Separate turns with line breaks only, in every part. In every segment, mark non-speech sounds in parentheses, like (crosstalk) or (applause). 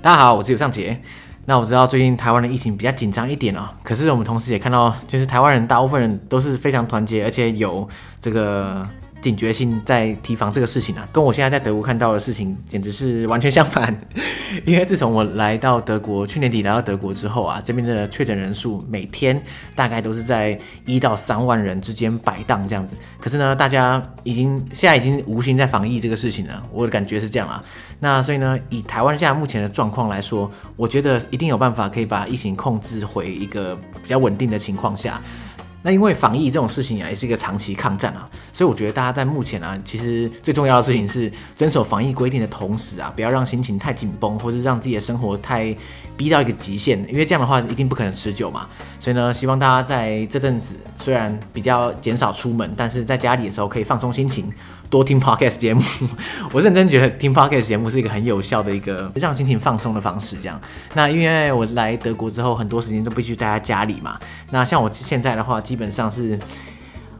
大家好，我是尤尚杰。那我知道最近台湾的疫情比较紧张一点啊、可是我们同时也看到，就是台湾人大部分人都是非常团结，而且有这个警觉性在提防这个事情啊，跟我现在在德国看到的事情简直是完全相反。 (laughs) 因为自从我来到德国，去年底来到德国之后啊，这边的确诊人数每天大概都是在一到三万人之间摆荡这样子。可是呢，大家已经现在已经无心在防疫这个事情了，我的感觉是这样啊。那所以呢，以台湾现在目前的状况来说，我觉得一定有办法可以把疫情控制回一个比较稳定的情况下。那因为防疫这种事情啊，也是一个长期抗战啊，所以我觉得大家在目前啊，其实最重要的事情是遵守防疫规定的同时啊，不要让心情太紧绷，或是让自己的生活太逼到一个极限，因为这样的话一定不可能持久嘛。所以呢，希望大家在这阵子虽然比较减少出门，但是在家里的时候可以放松心情，多听 podcast 节目。 (laughs) 我认真觉得听 podcast 节目是一个很有效的一个让心情放松的方式。这样，那因为我来德国之后，很多时间都必须待在家里嘛。那像我现在的话，基本上是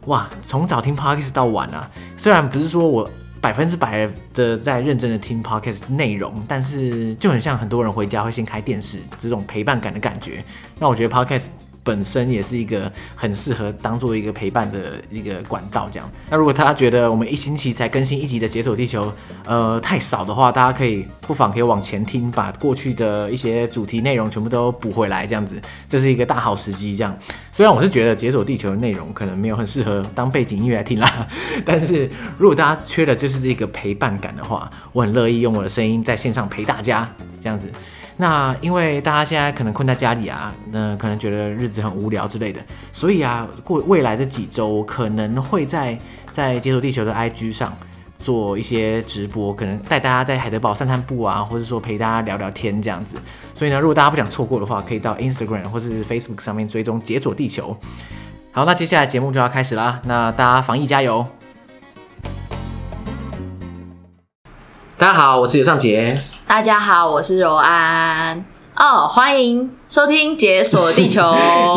哇，从早听 podcast 到晚啊。虽然不是说我百分之百的在认真的听 podcast 内容，但是就很像很多人回家会先开电视这种陪伴感的感觉。那我觉得 podcast 本身也是一个很适合当做一个陪伴的一个管道，这样。那如果大家觉得我们一星期才更新一集的《解锁地球》呃太少的话，大家可以不妨可以往前听，把过去的一些主题内容全部都补回来，这样子，这是一个大好时机。这样，虽然我是觉得《解锁地球》的内容可能没有很适合当背景音乐来听啦， (laughs) 但是如果大家缺的就是这个陪伴感的话，我很乐意用我的声音在线上陪大家，这样子。那因为大家现在可能困在家里啊，那可能觉得日子很无聊之类的，所以啊，过未来的几周可能会在在解锁地球的 IG 上做一些直播，可能带大家在海德堡散散步啊，或者说陪大家聊聊天这样子。所以呢，如果大家不想错过的话，可以到 Instagram 或是 Facebook 上面追踪解锁地球。好，那接下来节目就要开始啦，那大家防疫加油！大家好，我是尤尚杰。》
大家好，我是柔安哦，欢迎收听《解锁地球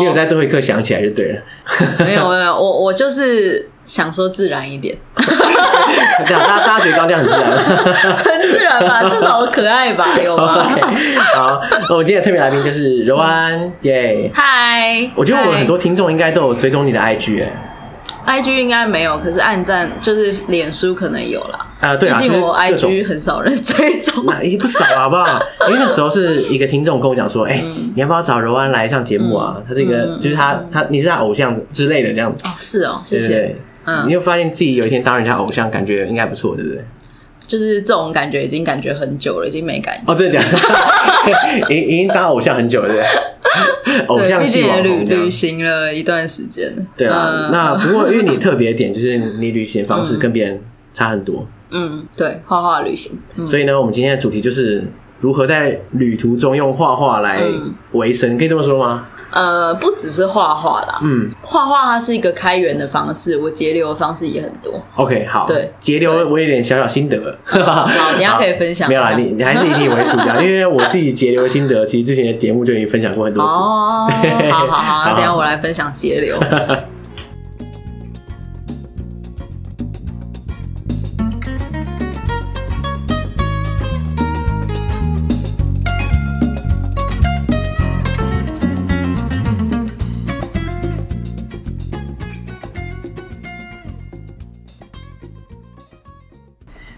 (laughs) 你有在最后一刻想起来就对了。
没有没有，我我就是想说自然一点，
这样大家大家觉得刚刚这样很自啊然吗
很自然
(laughs)
吧，至少我可爱吧，有吗？
？OK，好，那我们今天的特别来宾就是柔安耶。
嗨，
我觉得我们很多听众应该都有追踪你的 IG 哎、
嗨 IG 应该没有，可是暗赞就是脸书可能有啦。
啊对啊，
毕
就是
竟我
各种
IG 很少人
(laughs)
追踪。哦
那哎也不少好不
(laughs)
好？因为那时候是一个听众跟我讲说，哎、
嗯
你要不要找柔安来上节目啊？他是一个，就是他他你是他偶像之类的这样子，
哦，是哦，嗯
对
谢
对
谢。
对。
嗯
你有发现自己有一天当人家偶像，感觉应该不错，对不对？
就是这种感觉已经感觉很久了，已经没感觉。
哦，真的
(laughs)
假的？已已经当偶像很久了，对不对？偶
对，
像
毕
系
竟
网
也旅
红这样
旅。行了一段时间了。
对啊，
嗯
那不过因为你特别点就是你旅行方式跟别人差很多，
嗯，对，画画旅行。嗯
所以呢，我们今天的主题就是如何在旅途中用画画来
嗯
维生，可以这么说吗？
呃，不只是画画啦，
嗯
画画它是一个开源的方式，我节流的方式也很多。
，OK，好，
对
节流我有点小小心得，
好， (laughs) 你要可以分享
啊没
一
有
下。
啦，你你还是以你为主这样，因为我自己节流的心得，其实之前的节目就已经分享过很多次。
哦，好好
(laughs)
好，
好
那等一下我来分享
(laughs)
节流。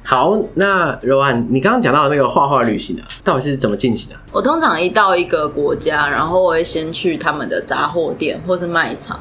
好，那柔安，你刚刚讲到的那个画画旅行啊，到底是怎么进行的、啊
我通常一到一个国家，然后我会先去他们的杂货店或是卖场，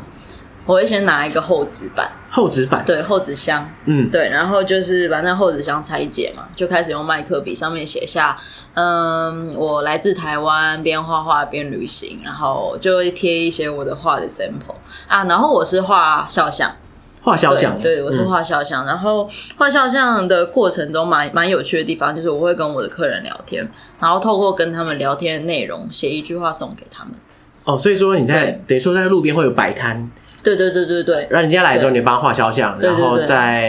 我会先拿一个厚纸板，
厚纸板，
对，厚纸箱，
嗯，
对，然后就是把那厚纸箱拆解嘛，就开始用麦克笔上面写下，嗯，我来自台湾，边画画边旅行，然后就会贴一些我的画的 sample 啊，然后我是画肖像，
画肖像，
对，对我是
嗯
画肖像，然后画肖像的过程中蛮蛮有趣的地方，就是我会跟我的客人聊天，然后透过跟他们聊天的内容写一句话送给他们，
哦，所以说你在等于说在路边会有摆摊，
对对对对对，
让人家来的时候你帮他画肖像，
对
然
对
后
对
再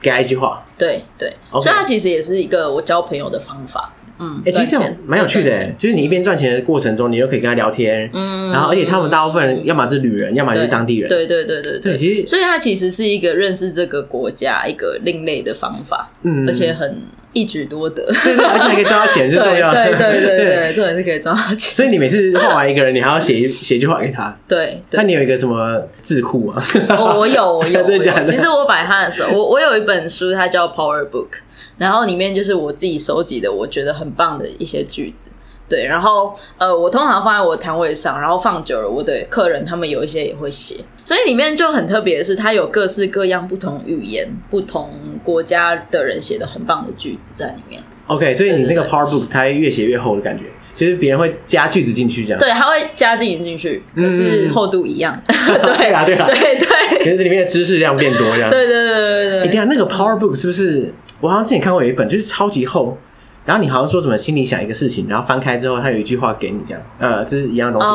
给他一句话。
对对
OK
所以它其实也是一个我交朋友的方法。嗯，
哎、其实这样
赚钱
蛮有趣的、
赚钱
就是你一边赚钱的过程中，你又可以跟他聊天，
嗯
然后而且他们大部分人要么是旅人，要么就是当地人。
对对对对
对，
对。
其实
所以它其实是一个认识这个国家一个另类的方法，
嗯，
而且很一举多得。
而且还可以赚到钱，是
对
重要的。
(laughs) 对
(laughs)
对对对，重点是可以赚到钱。
所以你每次画完一个人，你还要写一写一句话给他。
对，对哦
那你有一个什么字库吗？
我我
(laughs)
有我有，我
真的假
有
的
其实我摆摊的时候，我我有一本书，它叫《Power Book》，然后里面就是我自己收集的，我觉得很棒的一些句子。对，然后呃，我通常放在我摊位上，然后放久了，我的客人他们有一些也会写，所以里面就很特别的是，它有各式各样不同语言、不同国家的人写的很棒的句子在里面。
OK，所以你那个
对对对
Power Book 它越写越厚的感觉，就是别人会加句子进去这样。，
对，它会加进进去，可是
嗯
厚度一样。对
(laughs) 啊对啊
对对
可是里面的知识量变多这样。
对对对对
一
对
定啊，那个 Power Book 是不是？我好像之前看过有一本，就是超级厚，然后你好像说什么心里想一个事情，然后翻开之后，它有一句话给你这样，呃，这是一样的东西吗，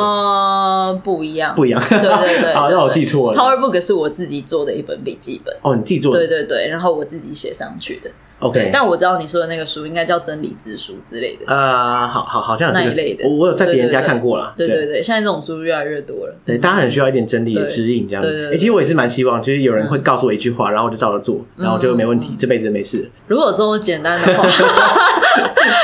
呃，不一样，
不一样。 (laughs)
对对对，
好，
对
那我
对
记错了。
Power Book 是我自己做的一本笔记本，
哦，你记错了。
对对对，然后我自己写上去的。
OK，
但我知道你说的那个书应该叫真理之书之类的。
呃，好好好像有这
那
个
一类的
我我有在别人家
对对对
看过了。
对对对，现在这种书越来越多了。
啊对，大家很需要一点真理的指引，这样。
对对对嗯
诶其实我也是蛮希望，就是有人会告诉我一句话，然后我就照着做，然后就没问题，这辈子没事。
如果这么简单的话，
(laughs)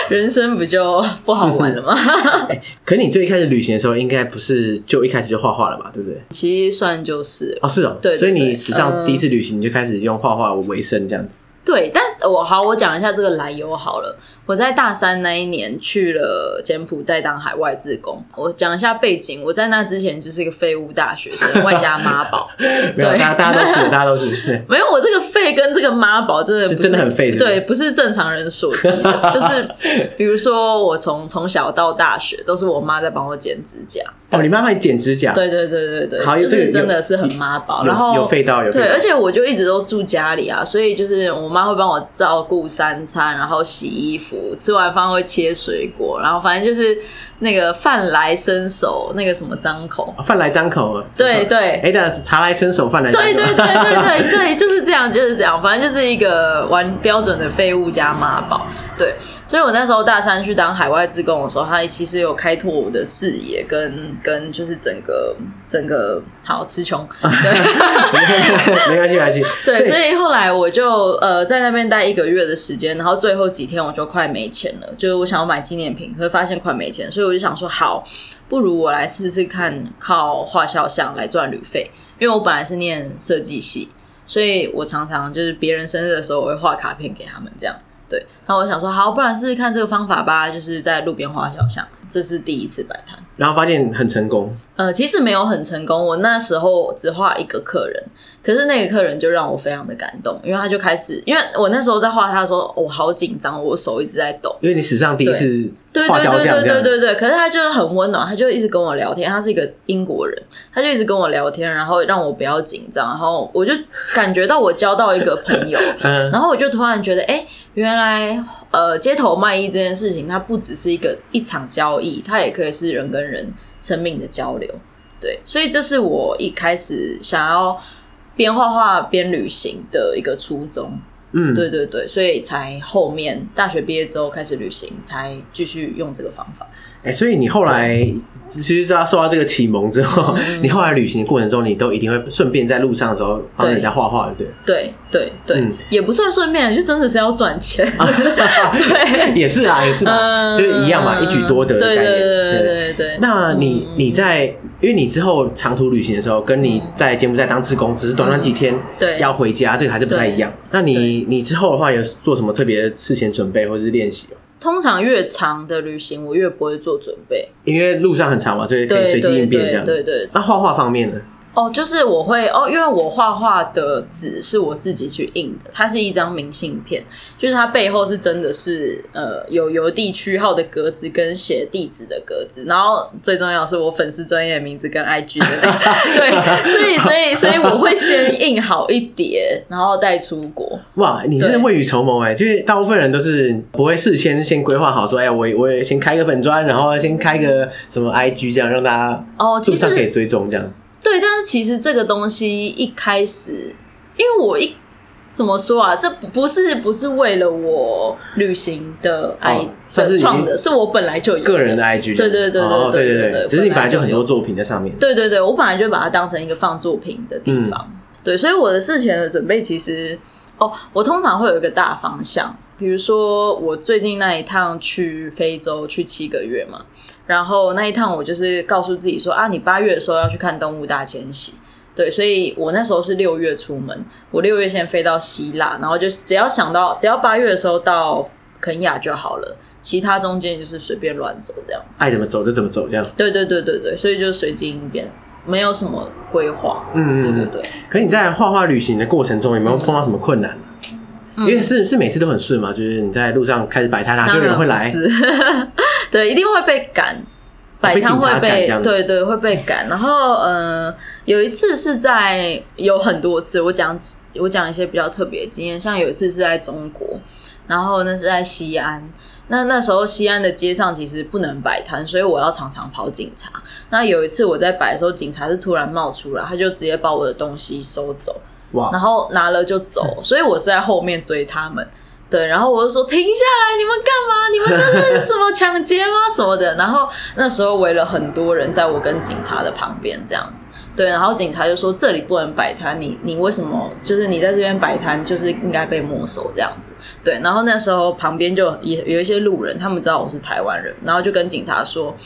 人生不就不好玩了吗？ (laughs)
可你最一开始旅行的时候，应该不是就一开始就画画了吧？对不对？
其实算就是
哦，是哦。
对对
所以你
对
史上
嗯
第一次旅行，你就开始用画画为生，这样子。
对，但呃我好，我讲一下这个来由好了。我在大三那一年去了柬埔寨当海外志工。我讲一下背景，我在那之前就是一个废物大学生，外加妈宝。
没有，大
对
家大家都是，大家都是。对
(laughs) 没有，我这个肺跟这个妈宝真的不
是真的很废是不是
(laughs) 对，不是正常人所知的。就是比如说，我从从小到大学都是我妈在帮我剪指甲，
哦，你妈妈剪指甲，
对对对对对，
好
就
这个有
是真的是很妈宝。
有
然后
有费到有费
对，
到
而且我就一直都住家里啊，所以就是我妈会帮我照顾三餐，然后洗衣服，吃完饭会切水果，然后反正就是那个饭来伸手，那个什么张口。
哦饭来张口嘛。是不是
对对
哎，等下茶来伸手，饭来张口。
对对对对对对，就是这样，就是这样，反正就是一个玩标准的废物加妈宝。对，所以我那时候大三去当海外志工的时候，他其实有开拓我的视野跟跟就是整个整个好词穷。
(laughs) 没关系，没关系。
(laughs) 对，所以后来我就呃在那边待一个月的时间，然后最后几天我就快没钱了，就是我想要买纪念品，可是发现快没钱，所以我就想说，好，不如我来试试看靠画肖像来赚旅费，因为我本来是念设计系，所以我常常就是别人生日的时候，我会画卡片给他们这样。对，然后我想说，好，不然试试看这个方法吧，就是在路边画肖像，这是第一次摆摊。
然后发现很成功。
呃，其实没有很成功。我那时候只画一个客人，可是那个客人就让我非常的感动，因为他就开始，因为我那时候在画他的时候，我好紧张，我手一直在抖。
因为你史上第一次
对
画
对
肖
对
像
对
这样
对，对对，可是他就是很温暖，他就一直跟我聊天。他是一个英国人，他就一直跟我聊天，然后让我不要紧张，然后我就感觉到我交到一个朋友，
嗯，
然后我就突然觉得，哎、原来呃，街头卖艺这件事情，它不只是一个一场交易，它也可以是人跟人生命的交流。对，所以这是我一开始想要边画画边旅行的一个初衷。
嗯，
对对对，所以才后面大学毕业之后开始旅行，才继续用这个方法。
哎、所以你后来其实知道受到这个启蒙之
嗯
后，你后来旅行的过程中，你都一定会顺便在路上的时候帮人家画画，对不
对对对，
嗯
也不算顺便，就真的是要赚钱。对
对？，也是啊，也是啊，
(laughs) 嗯
就是一样嘛，一举多得的概
对
念。
对对对对对。
那你
嗯
你在，因为你之后长途旅行的时候，跟你在柬埔寨当志工，只是短短几天，
嗯对
要回家，这个还是不太一样。那你你之后的话，有做什么特别的事前准备或是练习吗？
通常越长的旅行，我越不会做准备。
因为路上很长嘛，所以可以
对
随机
对
应变这
对
样。
对对，
那画画方面呢？
哦，就是我会哦，因为我画画的纸是我自己去印的，它是一张明信片，就是它背后是真的是呃有邮地区号的格子跟写地址的格子，然后最重要的是我粉丝专业的名字跟 IG 的
(laughs)
那个，对，所以所以所以我会先印好一叠，然后带出国。
哇，你真的
对
未雨绸缪哎！就是大部分人都是不会事先先规划好说，哎、我我也先开个粉砖，然后先开个什么 IG 这样，让大家
哦，
路
其实
上可以追踪这样。
对，但是其实这个东西一开始，因为我一怎么说啊，这不不是不是为了我旅行的爱、
哦算是
的
你
创的，是我本来就有
个人的。IG 这样
对对对对
哦对
对对
对
对对
只是你本
本
来
来就
就很多
有
作品在上面。
对对对，我本来就把它当成一个放作品的地方。对，所以我的事前的准备其实，哦，我通常会有一个大方向。比如说我最近那一趟去非洲去七个月嘛，然后那一趟我就是告诉自己说啊，你八月的时候要去看动物大迁徙。对，所以我那时候是六月出门，我六月先飞到希腊，然后就只要想到只要八月的时候到肯亚就好了，其他中间就是随便乱走这样子。
爱怎么走就怎么走这样。
对对对对对，所以就随机应变，没有什么规划。
嗯
对
嗯
对
嗯。
对，
可你在画画旅行的过程中有没有碰到什么困难呢？
嗯
因为是是每次都很顺嘛，就是你在路上开始摆摊啦，啊就有人会来，哦
是， (laughs) 对，一定会被赶。摆摊
被警
会
察赶
被
这样子
对对会被赶，然后呃有一次是在有很多次，我讲我讲一些比较特别的经验，像有一次是在中国，然后那是在西安，那那时候西安的街上其实不能摆摊，所以我要常常跑警察。那有一次我在摆的时候，警察是突然冒出来，他就直接把我的东西收走，
哇，
然后拿了就走，所以我是在后面追他们。对，然后我就说停下来，你们干嘛？你们真的是什么抢劫吗？ (laughs) 什么的。然后那时候围了很多人，在我跟警察的旁边这样子。对，然后警察就说这里不能摆摊，你你为什么就是你在这边摆摊，就是应该被没收这样子。对，然后那时候旁边就也有一些路人，他们知道我是台湾人，然后就跟警察说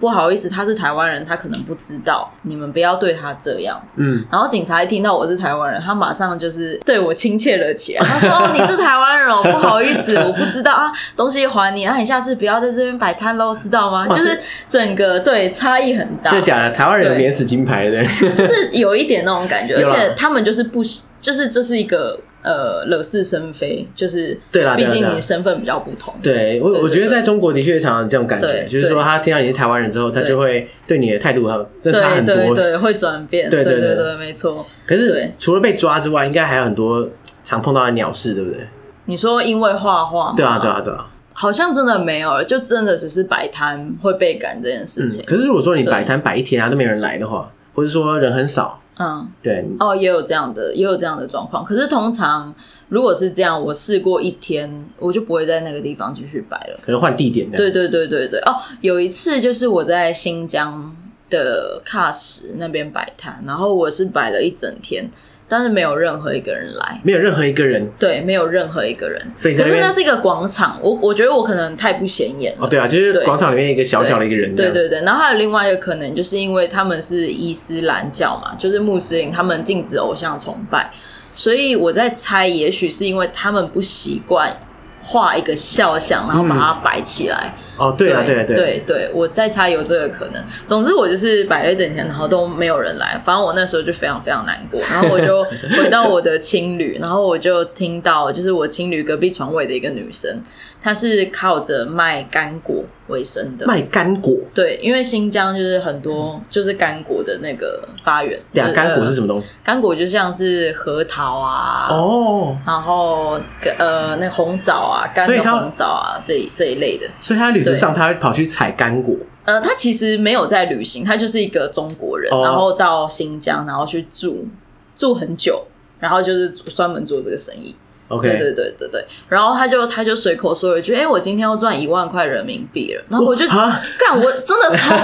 不好意思，他是台湾人，他可能不知道，你们不要对他这样子。
嗯，
然后警察一听到我是台湾人，他马上就是对我亲切了起
(laughs)
来。他说：“哦，你是台湾人哦，不好意思，我不知道啊，东西还你啊，你下次不要在这边摆摊喽，知道吗？”
哇
就是整个对差异很大
真的，假的？台湾人有免死金牌对，
就是有一点那种感觉，而
有啦
且他们就是不喜，就是这是一个呃惹是生非，就是
对啦对
毕
啦
竟
对啦
你身份比较不同，
对我
对
我觉得
对
在中国的确常常这种感觉，
对
就是说
对
他听到你是台湾人之后，他
对
就会对你的态度很真的差
对
很
对
多。
对，会转变，
对对
对
对
对，没错。
可是
对
除了被抓之外，应该还有很多常碰到的鸟事，对不对？
你说因为画画吗，
对啊，对啊，对啊。
好像真的没有，就真的只是摆摊会被赶这件事
嗯
情，。
可是如果说你
对
摆摊摆一天啊都没有人来的话，或者说人很少，
嗯，
对，
哦，也有这样的，也有这样的状况。可是通常如果是这样，我试过一天，我就不会在那个地方继续摆了。
可能换地点这样。
对对对对对，哦，有一次就是我在新疆的喀什那边摆摊，然后我是摆了一整天，但是没有任何一个人来。
没有任何一个人
对，没有任何一个人。
所以你在
可
那
是
边
那是一个广场，我我觉得我可能太不显眼了
哦，。对啊，就是
对
广场里面一个小小的一个人这
对
样，
对对，然后还有另外一个可能，就是因为他们是伊斯兰教嘛，就是穆斯林，他们禁止偶像崇拜，所以我在猜，也许是因为他们不习惯画一个肖像，然后把它摆起来。
哦，对啊，对啊
对
对啊，
对我在猜有这个可能。总之，我就是摆了一整天，然后都没有人来，反正我那时候就非常非常难过。然后
(laughs)
我就回到我的青旅，然后我就听到就是我青旅隔壁床位的一个女生，她是靠着卖干果为生的，
卖干果，
对，因为新疆就是很多就是干果的那个发源。
嗯对啊，干果是什
么？
么东西？
干果就像是核桃啊，
哦，
然后呃那红枣啊，干
所以
的
它
红枣啊这一这一类的。
所以他在旅途上他会跑去采干果，
呃，他其实没有在旅行，他就是一个中国人，
哦
然后到新疆，然后去住住很久，然后就是专门做这个生意。对
OK，
对对对对，然后他就他就随口说了一句：“哎、我今天要赚一万块人民币了。”然后我就
啊，
干，我真的超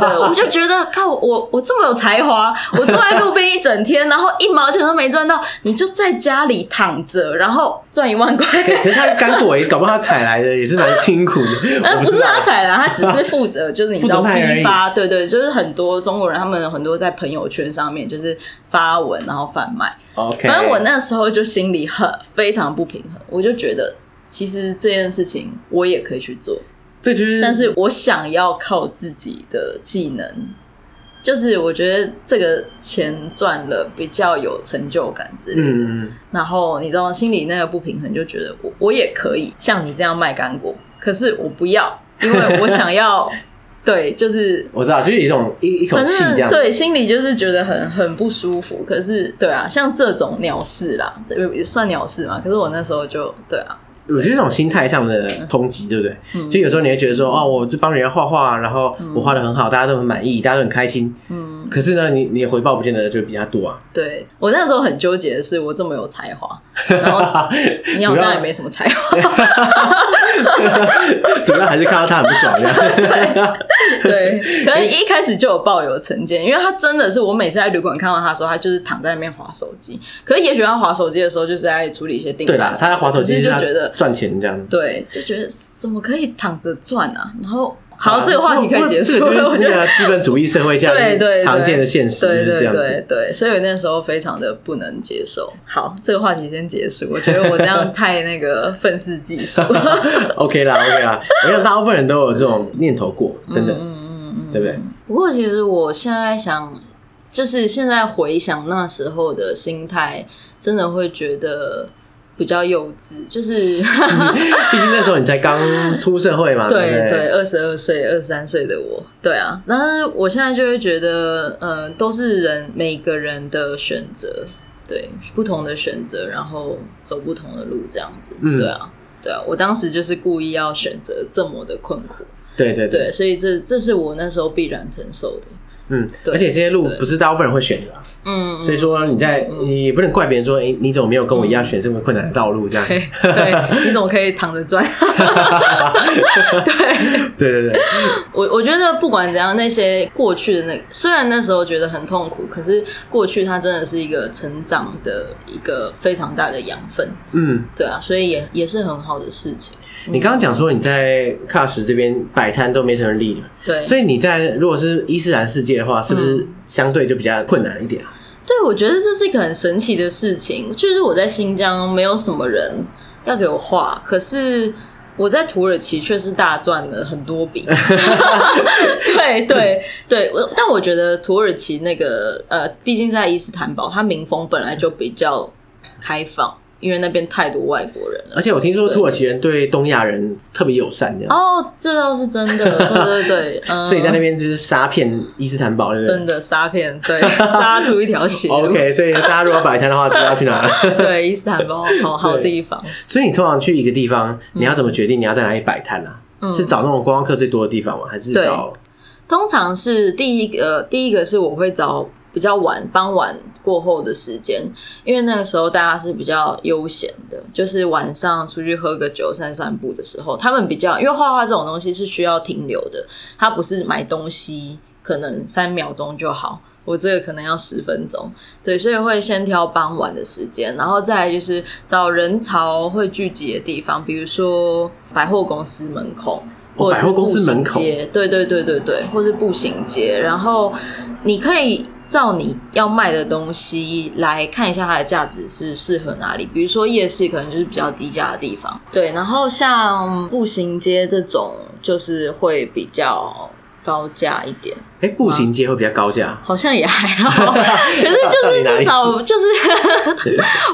(laughs)
的，我就觉得，看我我这么有才华，我坐在路边一整天，然后一毛钱都没赚到，你就在家里躺着，然后赚一
(laughs)
万块。
可可是他干果也搞不好他采来的也是蛮辛苦的，
呃，
我
不是
知道
他
(laughs)
采啦，他只是负责，就是你知
负
道
责卖而已
批发，对对，就是很多中国人他们有很多在朋友圈上面就是发文然后贩卖，
哦 OK，
反正我那时候就心里很非常不平衡，我就觉得其实这件事情我也可以去做，
这就是，
但是我想要靠自己的技能，就是我觉得这个钱赚了比较有成就感之类的。
嗯，嗯嗯
然后你知道心里那个不平衡，就觉得我我也可以像你这样卖干果，可是我不要，因为我
(laughs)
想要对，就是。
我知道，就是有一种一一口
反
气这
正
样，
对心里就是觉得很很不舒服，可是对啊，像这种鸟事啦，这也算鸟事嘛。可是我那时候就对啊，
我觉得这种心态上的冲击，对不对？
嗯
就有时候你会觉得说，哦，我这帮人家画画，然后我画的很好，大家都很满意，大家都很开心。嗯，可是呢，你你的回报不见得就比他多啊。
对我那时候很纠结的是，我这么有才华，然
(laughs)
后你好
主
像
要
也没什么才华， (laughs)
主要还是看到他很不爽这样。
对，可
哎
能一开始就有抱有成见，因为他真的是我每次在旅馆看到他的时候，他就是躺在那边划手机，可是也许他划手机的时候就是在处理一些订
对
单，
啦，他在滑手
可
机
是就
他
觉得
赚钱这样。
对，就觉得怎么可以躺着赚啊？然后好，这个话题可以结束
这个
了，
就
我
是
觉
这
得。
个资本主义社会下
对对，
常见的
对
现实就
对
是这
对
样
对
子。
对，所以我那时候非常的不能接受。好，这个话题先结束，我觉得我这样太那个愤世嫉俗。
OK 啦，OK 啦，我想大部分人都有这种念头过，
嗯
真的，对不对？
(laughs) 不过其实我现在想，就是现在回想那时候的心态，真的会觉得比较幼稚，就是 (laughs)
毕竟那时候你才刚出社会嘛，对
对
不
对，，二十二岁、二十三岁的我，对啊。但是我现在就会觉得，呃，都是人每个人的选择，对不同的选择，然后走不同的路，这样子，
嗯
对啊，对啊。我当时就是故意要选择这么的困苦，
对对对，
对，所以这这是我那时候必然承受
(laughs)
的，
嗯，
对
而且这些路
对
不是大部分人会选的啊，
嗯，
所以说你在你也不能怪别人说，哎，你怎么没有跟我一样选这么困难的道路这样？
对对，你怎么可以躺着赚？ (laughs)
对对对，
我我觉得不管怎样，那些过去的那虽然那时候觉得很痛苦，可是过去它真的是一个成长的一个非常大的养分，
嗯，
对啊，所以也也是很好的事情。
你刚刚讲说你在喀什这边摆摊都没什么人理，
对，嗯
所以你在如果是伊斯兰世界的话，是不是相对就比较困难一点啊？
对我觉得这是一个很神奇的事情，就是我在新疆没有什么人要给我画，可是。我在土耳其却是大赚了很多 (laughs) 笔，对对对，我但我觉得土耳其那个呃，毕竟是在伊斯坦堡，它民风本来就比较开放，因为那边太多外国人了。
而且我听说土耳其人对东亚人特别友善，这样，
哦，这倒是真的，对对 (laughs) 对，嗯、
所以在那边就是杀骗伊斯坦堡，对不对
真的杀片，对，杀出一条 (laughs) 血路。
？OK，所以大家如果摆摊的话，知道去
(laughs)
哪了。
对，伊斯坦堡好好
对
地方。
所以你通常去一个地方，你要怎么决定你要在哪里摆摊啊？
嗯
是找那种观光客最多的地方吗？还是
对
找
通常是第一个，呃第一个是我会找比较晚傍晚过后的时间，因为那个时候大家是比较悠闲的，就是晚上出去喝个酒、散散步的时候，他们比较因为画画这种东西是需要停留的，它不是买东西可能三秒钟就好。我这个可能要十分钟，对，所以会先挑傍晚的时间，然后再来就是找人潮会聚集的地方，比如说百货公司门口，
哦
或者
百
是
货公
步
司
行
门口
街对对对对对，或是步行街，然后你可以照你要卖的东西来看一下它的价值是适合哪里，比如说夜市可能就是比较低价的地方，对，然后像步行街这种就是会比较高价一点。
哎步行街会比较高价？
好像也还
(laughs)
好，可是就是至少就是 (laughs)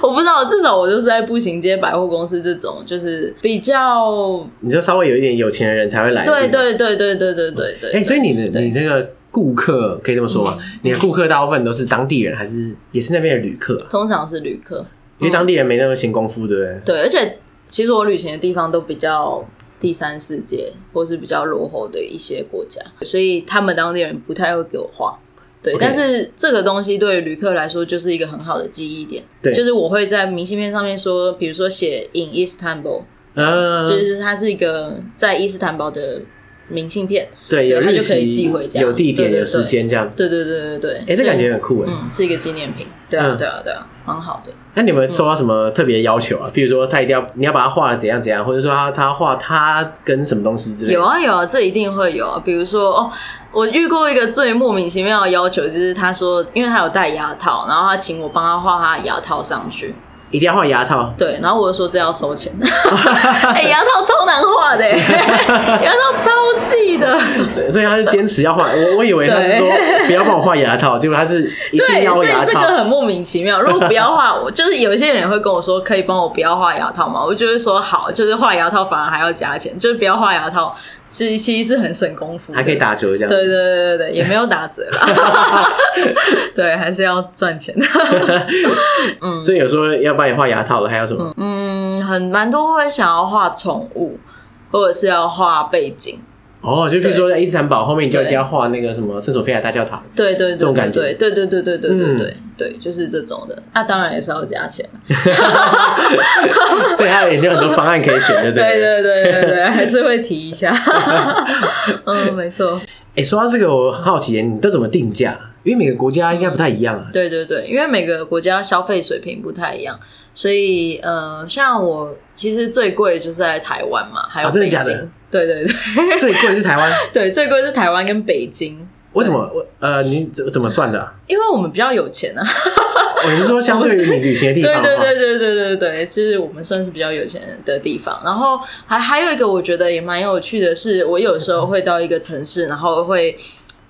我不知道，至少我就是在步行街、百货公司这种，就是比较
你就稍微有一点有钱的人才会来。
对
吧。
对对对对对对对。嗯
哎，所以你的你那个顾客可以这么说吗？你的顾客大部分都是当地人，还是也是那边的旅客啊？
通常是旅客，
因为当地人没那么闲工夫，对不对？
对，而且其实我旅行的地方都比较第三世界或是比较落后的一些国家，所以他们当地人不太会给我画。对
OK
但是这个东西对旅客来说就是一个很好的记忆点。
对
就是我会在明信片上面说，比如说写 “in Istanbul”，
嗯，
就是它是一个在伊斯坦堡的明信片。
对，有
他
日
就可以
期
寄回，家
有地点，
对对
有时间这样。
对对对对对，
哎，这
所以
感觉很酷哎。
嗯是一个纪念品。对啊
嗯
对啊对啊，蛮好的。
那你们收到什么特别要求啊？比如说他一定要你要把它画的怎样怎样，或者说他他画他跟什么东西之类的。
有啊有啊，这一定会有啊。比如说哦，我遇过一个最莫名其妙的要求，就是他说，因为他有戴牙套，然后他请我帮他画他的牙套上去。
一定要画牙套。
对，然后我就说这要收 (laughs) 钱。哎、牙套超难画 (laughs) 的、牙套超细的。
所以所以他是坚持要画，我我以为他是说不要帮我画牙套，结果他是一定
(laughs) 对，
要
所
画
以
牙
这个
套。
很莫名其妙。如 (laughs) 果不要画，我就是有一些人会跟我说，可以帮我不要画牙套吗？我就会说好，就是画牙套反而还要加钱，就是不要画牙套，是其实是很省功夫的，
还可以打折这样，
对对对对对，也没有打折 (laughs) 啦。对，还是要赚钱的。
所以有说要帮你画牙套的，还有什么？
嗯嗯，很蛮多会想要画宠物，或者是要画背景，
哦，就比如
对
说在伊斯坦堡后面，你就一定要画那个什么圣索菲亚大教堂。 (laughs)
对对对，
这种感
对
觉
对对对对对对对
嗯
对，就是这种的。那当然也是要加钱，
所以它有有很多方案可以选，对不
对
对？
对对对 (laughs) 对，还是会提一 (laughs) 下。嗯，没错。
哎，说到这个，我很好奇，你都怎么定价？因为每个国家应该不太一样啊。
对对对，因为每个国家消费水平不太一样，所以呃，像我其实最贵就是在台湾嘛，还有
啊真
北
的
京。
假的
对对 (laughs) 对
最贵是台湾，
对，最贵是台湾跟北京，
为什么？我呃，你怎怎么算的啊？
因为我们比较有钱啊。
我是说，相对于你旅行的地
对
方，
对对，对对对对，就是我们算是比较有钱的地方。然后还还有一个我觉得也蛮有趣的是，我有时候会到一个城市，然后会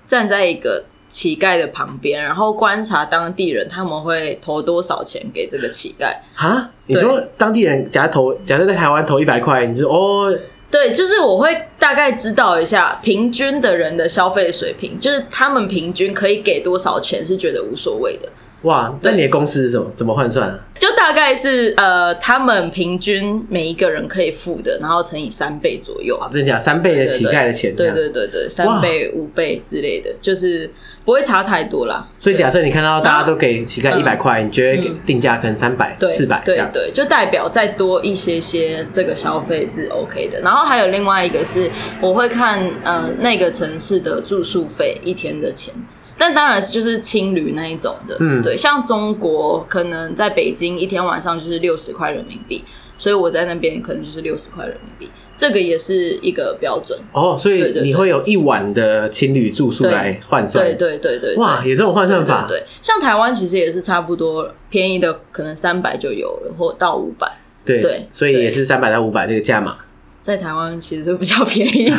站在一个。乞丐的旁边，然后观察当地人，他们会投多少钱给这个乞丐？
啊，你说当地人假如投，假设在台湾投一百块，你就哦，
对，就是我会大概知道一下平均的人的消费水平，就是他们平均可以给多少钱是觉得无所谓的，
哇，那你的公式是什么？怎么换算啊？
就大概是呃他们平均每一个人可以付的，然后乘以三倍左右。啊
哇，真的假的？三倍的乞丐的钱，这
对
样。
对对对，三倍、五倍之类的，就是不会差太多啦。
所以假设你看到大家都给乞丐
嗯
一百块，你觉得给定价可能三百、
对，
四百这
对
样。
对，就代表再多一些些这个消费是 OK 的。然后还有另外一个是，我会看呃那个城市的住宿费一天的钱。但当然是就是青旅那一种的，
嗯
对，像中国可能在北京一天晚上就是六十块人民币，所以我在那边可能就是六十块人民币，这个也是一个标准。
哦，所
对
以
对对
你会有一晚的情侣住宿
对
来换算。
对对对对，对
哇，有这种换算法，
对对对，像台湾其实也是差不多，便宜的可能三百就有了，或到五百。
对
对
所以也是三百到五百这个价码。
在台湾其实就比较
(laughs)
便宜，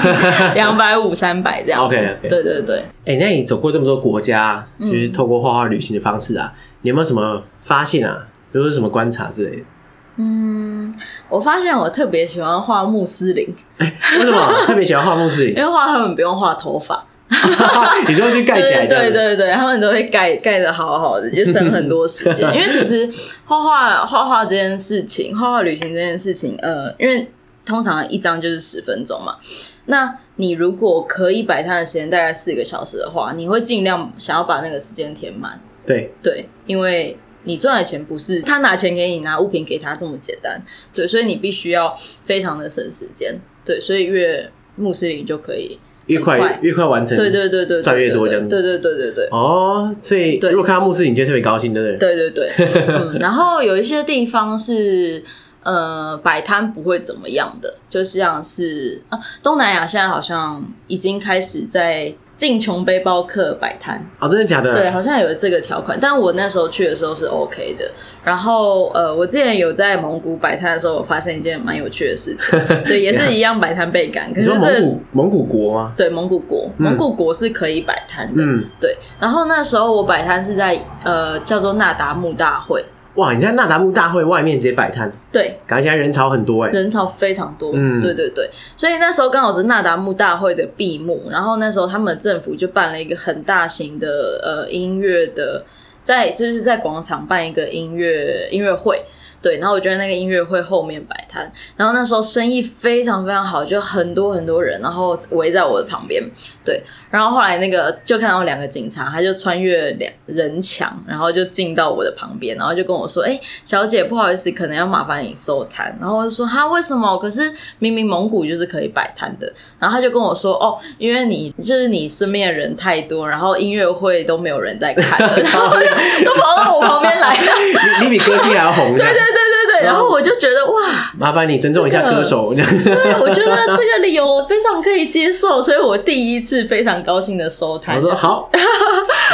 两百五、三百这样子。
OK，OK
对对对，
哎、那你走过这么多国家，
嗯
就是透过画画旅行的方式啊，你有没有什么发现啊？比如说什么观察之类的？
嗯，我发现我特别喜欢画穆斯林，
为什么特别喜欢画穆
(laughs)
斯林
因？为画他们不用画头发，
(laughs) 你就会去盖起来这样
对
子。
对对，他们都会盖盖的好好的，
(laughs)
就省很多时间。因为其实画画画画这件事情，画画旅行这件事情，呃，因为通常一张就是十分钟嘛。那你如果可以摆摊的时间大概四个小时的话，你会尽量想要把那个时间填满。
对
对，因为你赚的钱不是他拿钱给你，拿物品给他这么简单，对，所以你必须要非常的省时间，对，所以越穆斯林就可以，
越快
很快
越快完成，
对对对对，对
赚越多
对
这样子
对对对对对。
哦，所以
对
如果看到穆斯林，你就特别高兴，对不对？
对对对，
(laughs)
嗯，然后有一些地方是呃摆摊不会怎么样的，就像是啊，东南亚现在好像已经开始在进穷背包客摆摊，
哦，真的假的？
对，好像有这个条款，但我那时候去的时候是 OK 的。然后呃，我之前有在蒙古摆摊的时候，我发生一件蛮有趣的
(laughs)
事情，对，也是一样摆摊被赶，可
你
是
说蒙
这
古蒙古国吗？
对蒙古国，
嗯
蒙古国是可以摆摊的，
嗯，
对。然后那时候我摆摊是在呃叫做那达慕大会，
哇，你在那达慕大会外面直接摆摊，
对，
感觉现在人潮很多哎、
人潮非常多，
嗯
对对对，所以那时候刚好是纳达慕大会的闭幕，然后那时候他们政府就办了一个很大型的呃音乐的，在就是在广场办一个音乐音乐会。对，然后我就在那个音乐会后面摆摊，然后那时候生意非常非常好，就很多很多人，然后围在我的旁边，对，然后后来那个就看到两个警察，他就穿越两人墙，然后就进到我的旁边，然后就跟我说：“哎、小姐，不好意思，可能要麻烦你收摊。”然后我就说：“哈，为什么？可是明明蒙古就是可以摆摊的。”然后他就跟我说：“哦，因为你就是你身边的人太多，然后音乐会都没有人在看了，然后就都跑到我旁边来。”
你你比歌星还要
(laughs)
红，这
对对
样
对对对， (laughs) 然后我就觉得哇，
麻烦你尊重一下歌手，这样
对，我觉得这个理由我非常可以接受，所以我第一次非常高兴的收摊。
我说好，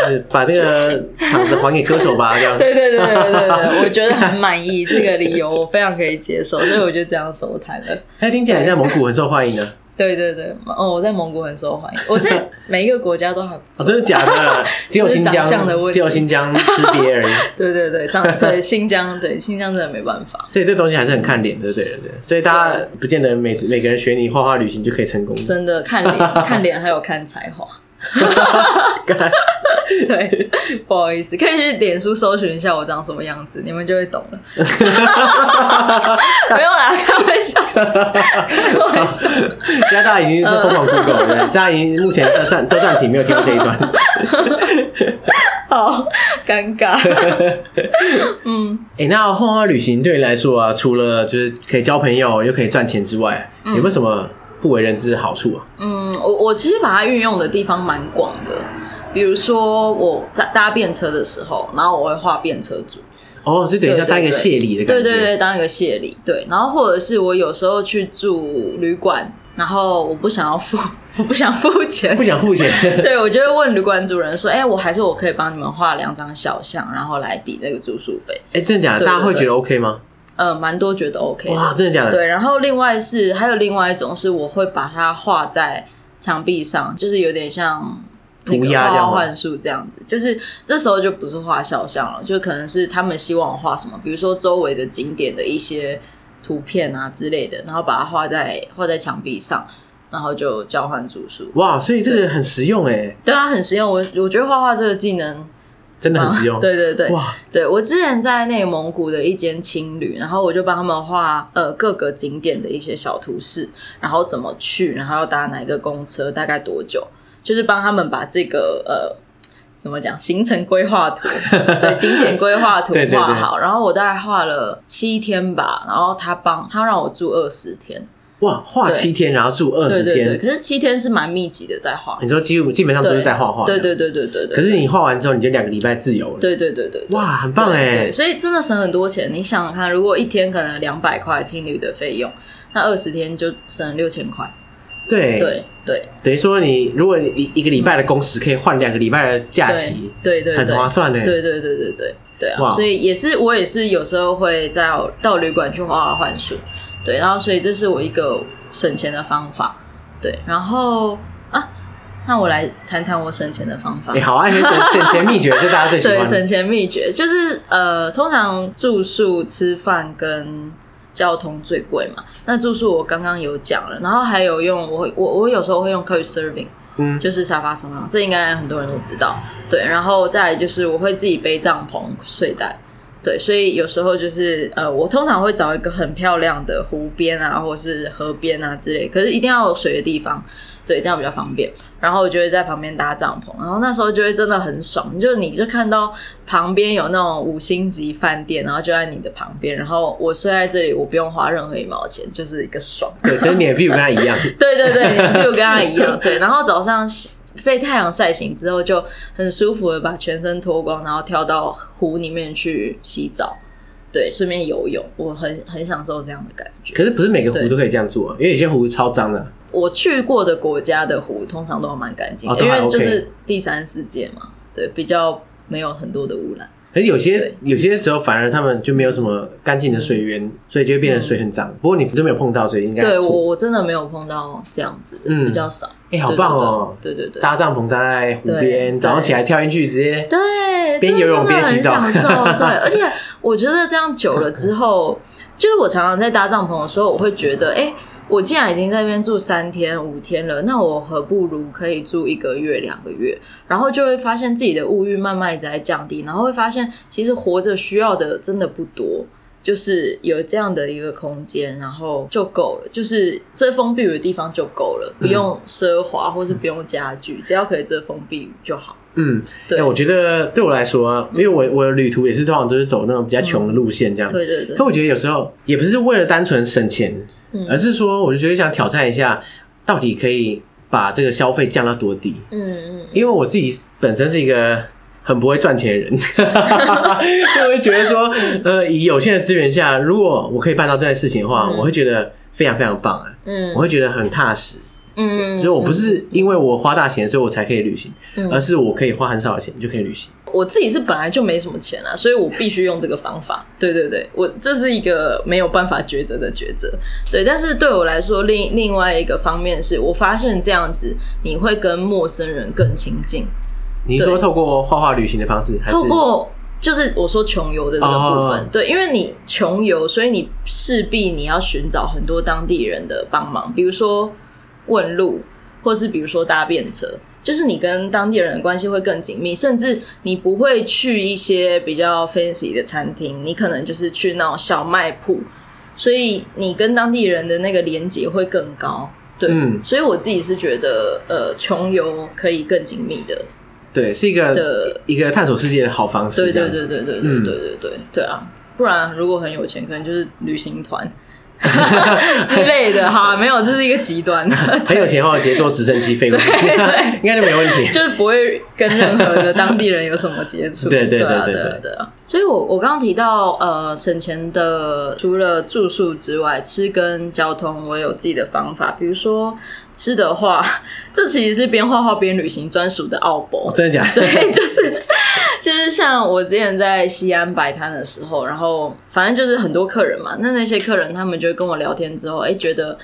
就是把这个场子还给歌手
(laughs)
吧，这样。
对对对对对对，我觉得很满意这个理由，我非常可以接受，所以我就这样收摊了。
哎，听起来你在蒙古很受欢迎呢。
对对对，哦，我在蒙古很受欢迎，我在每一个国家都很，
哦，真的假的？只有新
(laughs) 这是长相的
疆，
问题
只有新疆吃瘪
(laughs)
而已。
对对对，这样对新疆，对新疆真的没办法，
所以这东西还是很看脸的，对对对。所以大家不见得每次每个人学你画画旅行就可以成功。
真的看脸看脸还有看才华。对，不好意思，可以去脸书搜寻一下我长什么样子，你们就会懂了。没有啦，开玩笑。
现在大家已经是疯
(laughs)
狂 Google 了，大家已经目前都暂都暂停，没有听到这一段。
好尴尬。
哎、那花花旅行对你来说啊，除了就是可以交朋友又可以赚钱之外，有没有什么不为人知的好处啊？
嗯，我我其实把它运用的地方蛮广的，比如说我在搭便车的时候，然后我会画便车组，
哦，就等一下
对对
当一个谢礼的感
对
觉。
对对，当一个谢礼，对，然后或者是我有时候去住旅馆，然后我不想要付， (laughs) 我不想付钱
不，想付钱。
对我就会问旅馆主人说，哎、我还是我可以帮你们画两张小像，然后来抵那个住宿费，
哎、真的假的？
对对
大家会觉得 OK 吗？
呃，蛮多觉得 OK 的，
哇，真的假的？
对，然后另外是还有另外一种是，我会把它画在墙壁上，就是有点像那
涂
个
鸦这样
画
吗
幻术这样子。就是这时候就不是画肖像了，就可能是他们希望我画什么，比如说周围的景点的一些图片啊之类的，然后把它画在画在墙壁上，然后就交换住宿。
哇，所以这个很实用哎、
对啊，很实用。我我觉得画画这个技能
真的很实用。
啊对对对，
哇，
对我之前在内蒙古的一间青旅，然后我就帮他们画呃各个景点的一些小图示，然后怎么去，然后要搭哪一个公车，大概多久，就是帮他们把这个呃。怎么讲？行程规划图，对景点规划图
对对对
画好，然后我大概画了七天吧，然后他帮他让我住二十天，
哇，画
对
七天，然后住二
对
十天，
对对，可是七天是蛮密集的在画，
你说基本基本上都是在画画。
对对。对对对对，
可是你画完之后，你就两个礼拜自由了。
对对对对对，
哇，很棒哎
对，！所以真的省很多钱。你想想看，如果一天可能两百块青旅的费用，那二十天就省六千块。
对，
对对
等于说你如果你一一个礼拜的工时可以换两个礼拜的假期，
对对对，
很划算哎呢。
对对对对对对啊！
哇
所以也是我也是有时候会到到旅馆去画画幻术，对，然后所以这是我一个省钱的方法，对，然后啊，那我来谈谈我省钱的方法。
哎，好啊，省
(laughs)
省钱秘诀是大家最喜
对，
欢的。
省钱秘诀就是呃，通常住宿、吃饭跟交通最贵嘛。那住宿我刚刚有讲了，然后还有用我我我有时候会用 couch serving，
嗯
就是沙发冲浪，这应该很多人都知道。对，然后再来就是我会自己背帐篷、睡袋。对，所以有时候就是呃，我通常会找一个很漂亮的湖边啊，或是河边啊之类，可是一定要有水的地方，对，这样比较方便。然后我就会在旁边搭帐篷，然后那时候就会真的很爽，就是你就看到旁边有那种五星级饭店，然后就在你的旁边，然后我睡在这里，我不用花任何一毛钱，就是一个爽。
对，可是你的 view 跟他
(laughs)
一样，
对对对，就跟他一样。对，然后早上被太阳晒醒之后，就很舒服的把全身脱光，然后跳到湖里面去洗澡，对，顺便游泳，我很很享受这样的感觉。
可是不是每个湖都可以这样做啊，因为有些湖超脏的。
我去过的国家的湖通常都蛮干净的，
哦都
因
还
为
OK
就是第三世界嘛，对，比较没有很多的污染。
可是有些
对
有些时候反而他们就没有什么干净的水源，所以就会变成水很脏。不过你真没有碰到，所以应该
嗯对
不
我
错。
我真的没有碰到这样子的，
嗯
比较少。
哎，好棒哦！
对对对，对
搭帐篷在湖边，
对
早上起来跳进去，直接
对，
边游泳边洗澡
真的很
(laughs)
享受。对，而且我觉得这样久了之后，就是我常常在搭帐篷的时候，我会觉得，哎、我既然已经在那边住三天五天了，那我何不如可以住一个月、两个月？然后就会发现自己的物欲慢慢一直在降低，然后会发现其实活着需要的真的不多。就是有这样的一个空间，然后就够了。就是遮风避雨的地方就够了，
嗯
不用奢华，或是不用家具，只要可以遮风避雨就好。
嗯，
对嗯
哎我觉得对我来说啊，因为我我的旅途也是通常都是走那种比较穷的路线这样。
对对对
可。我觉得有时候也不是为了单纯省钱，
嗯
而是说我就觉得想挑战一下，到底可以把这个消费降到多低。
嗯嗯，
因为我自己本身是一个很不会赚钱的人， (laughs) 所以我会觉得说，呃，以有限的资源下，如果我可以办到这件事情的话，
嗯
我会觉得非常非常棒啊，
嗯，
我会觉得很踏实。
嗯，
所以我不是因为我花大钱，所以我才可以旅行，
嗯
而是我可以花很少的钱就可以旅行。
我自己是本来就没什么钱啊，所以我必须用这个方法。对对对，我这是一个没有办法抉择的抉择。对，但是对我来说，另另外一个方面是我发现这样子，你会跟陌生人更亲近，
你是说
对
透过画画旅行的方式，还是
透过。就是我说穷游的这个部分
哦
对，因为你穷游，所以你势必你要寻找很多当地人的帮忙，比如说问路，或是比如说搭便车，就是你跟当地人的关系会更紧密，甚至你不会去一些比较 fancy 的餐厅，你可能就是去那种小卖铺。所以你跟当地人的那个连接会更高。对，
嗯
所以我自己是觉得，呃，穷游可以更紧密的。
对，是一个
的
一个探索世界的好方式。
对
这
对
样
对
子，
对对对
嗯
对对对对啊！不然如果很有钱，可能就是旅行
(laughs)
团之类的哈。没有，这是一个极
(laughs)
端的，
很有钱的话，直接坐直升机飞过去， (laughs) 应该就没问题。
(laughs) 就是不会跟任何的当地人有什么接触。
对对对
对啊
对对
啊对啊。所以我我刚刚提到呃，省钱的除了住宿之外，吃跟交通我也有自己的方法。比如说吃的话， (laughs) 这其实是边画画边旅行专属的奥博。
真的假的？
对， (laughs) 就是就是像我之前在西安摆摊的时候，然后反正就是很多客人嘛，那那些客人他们就会跟我聊天之后，哎、觉得。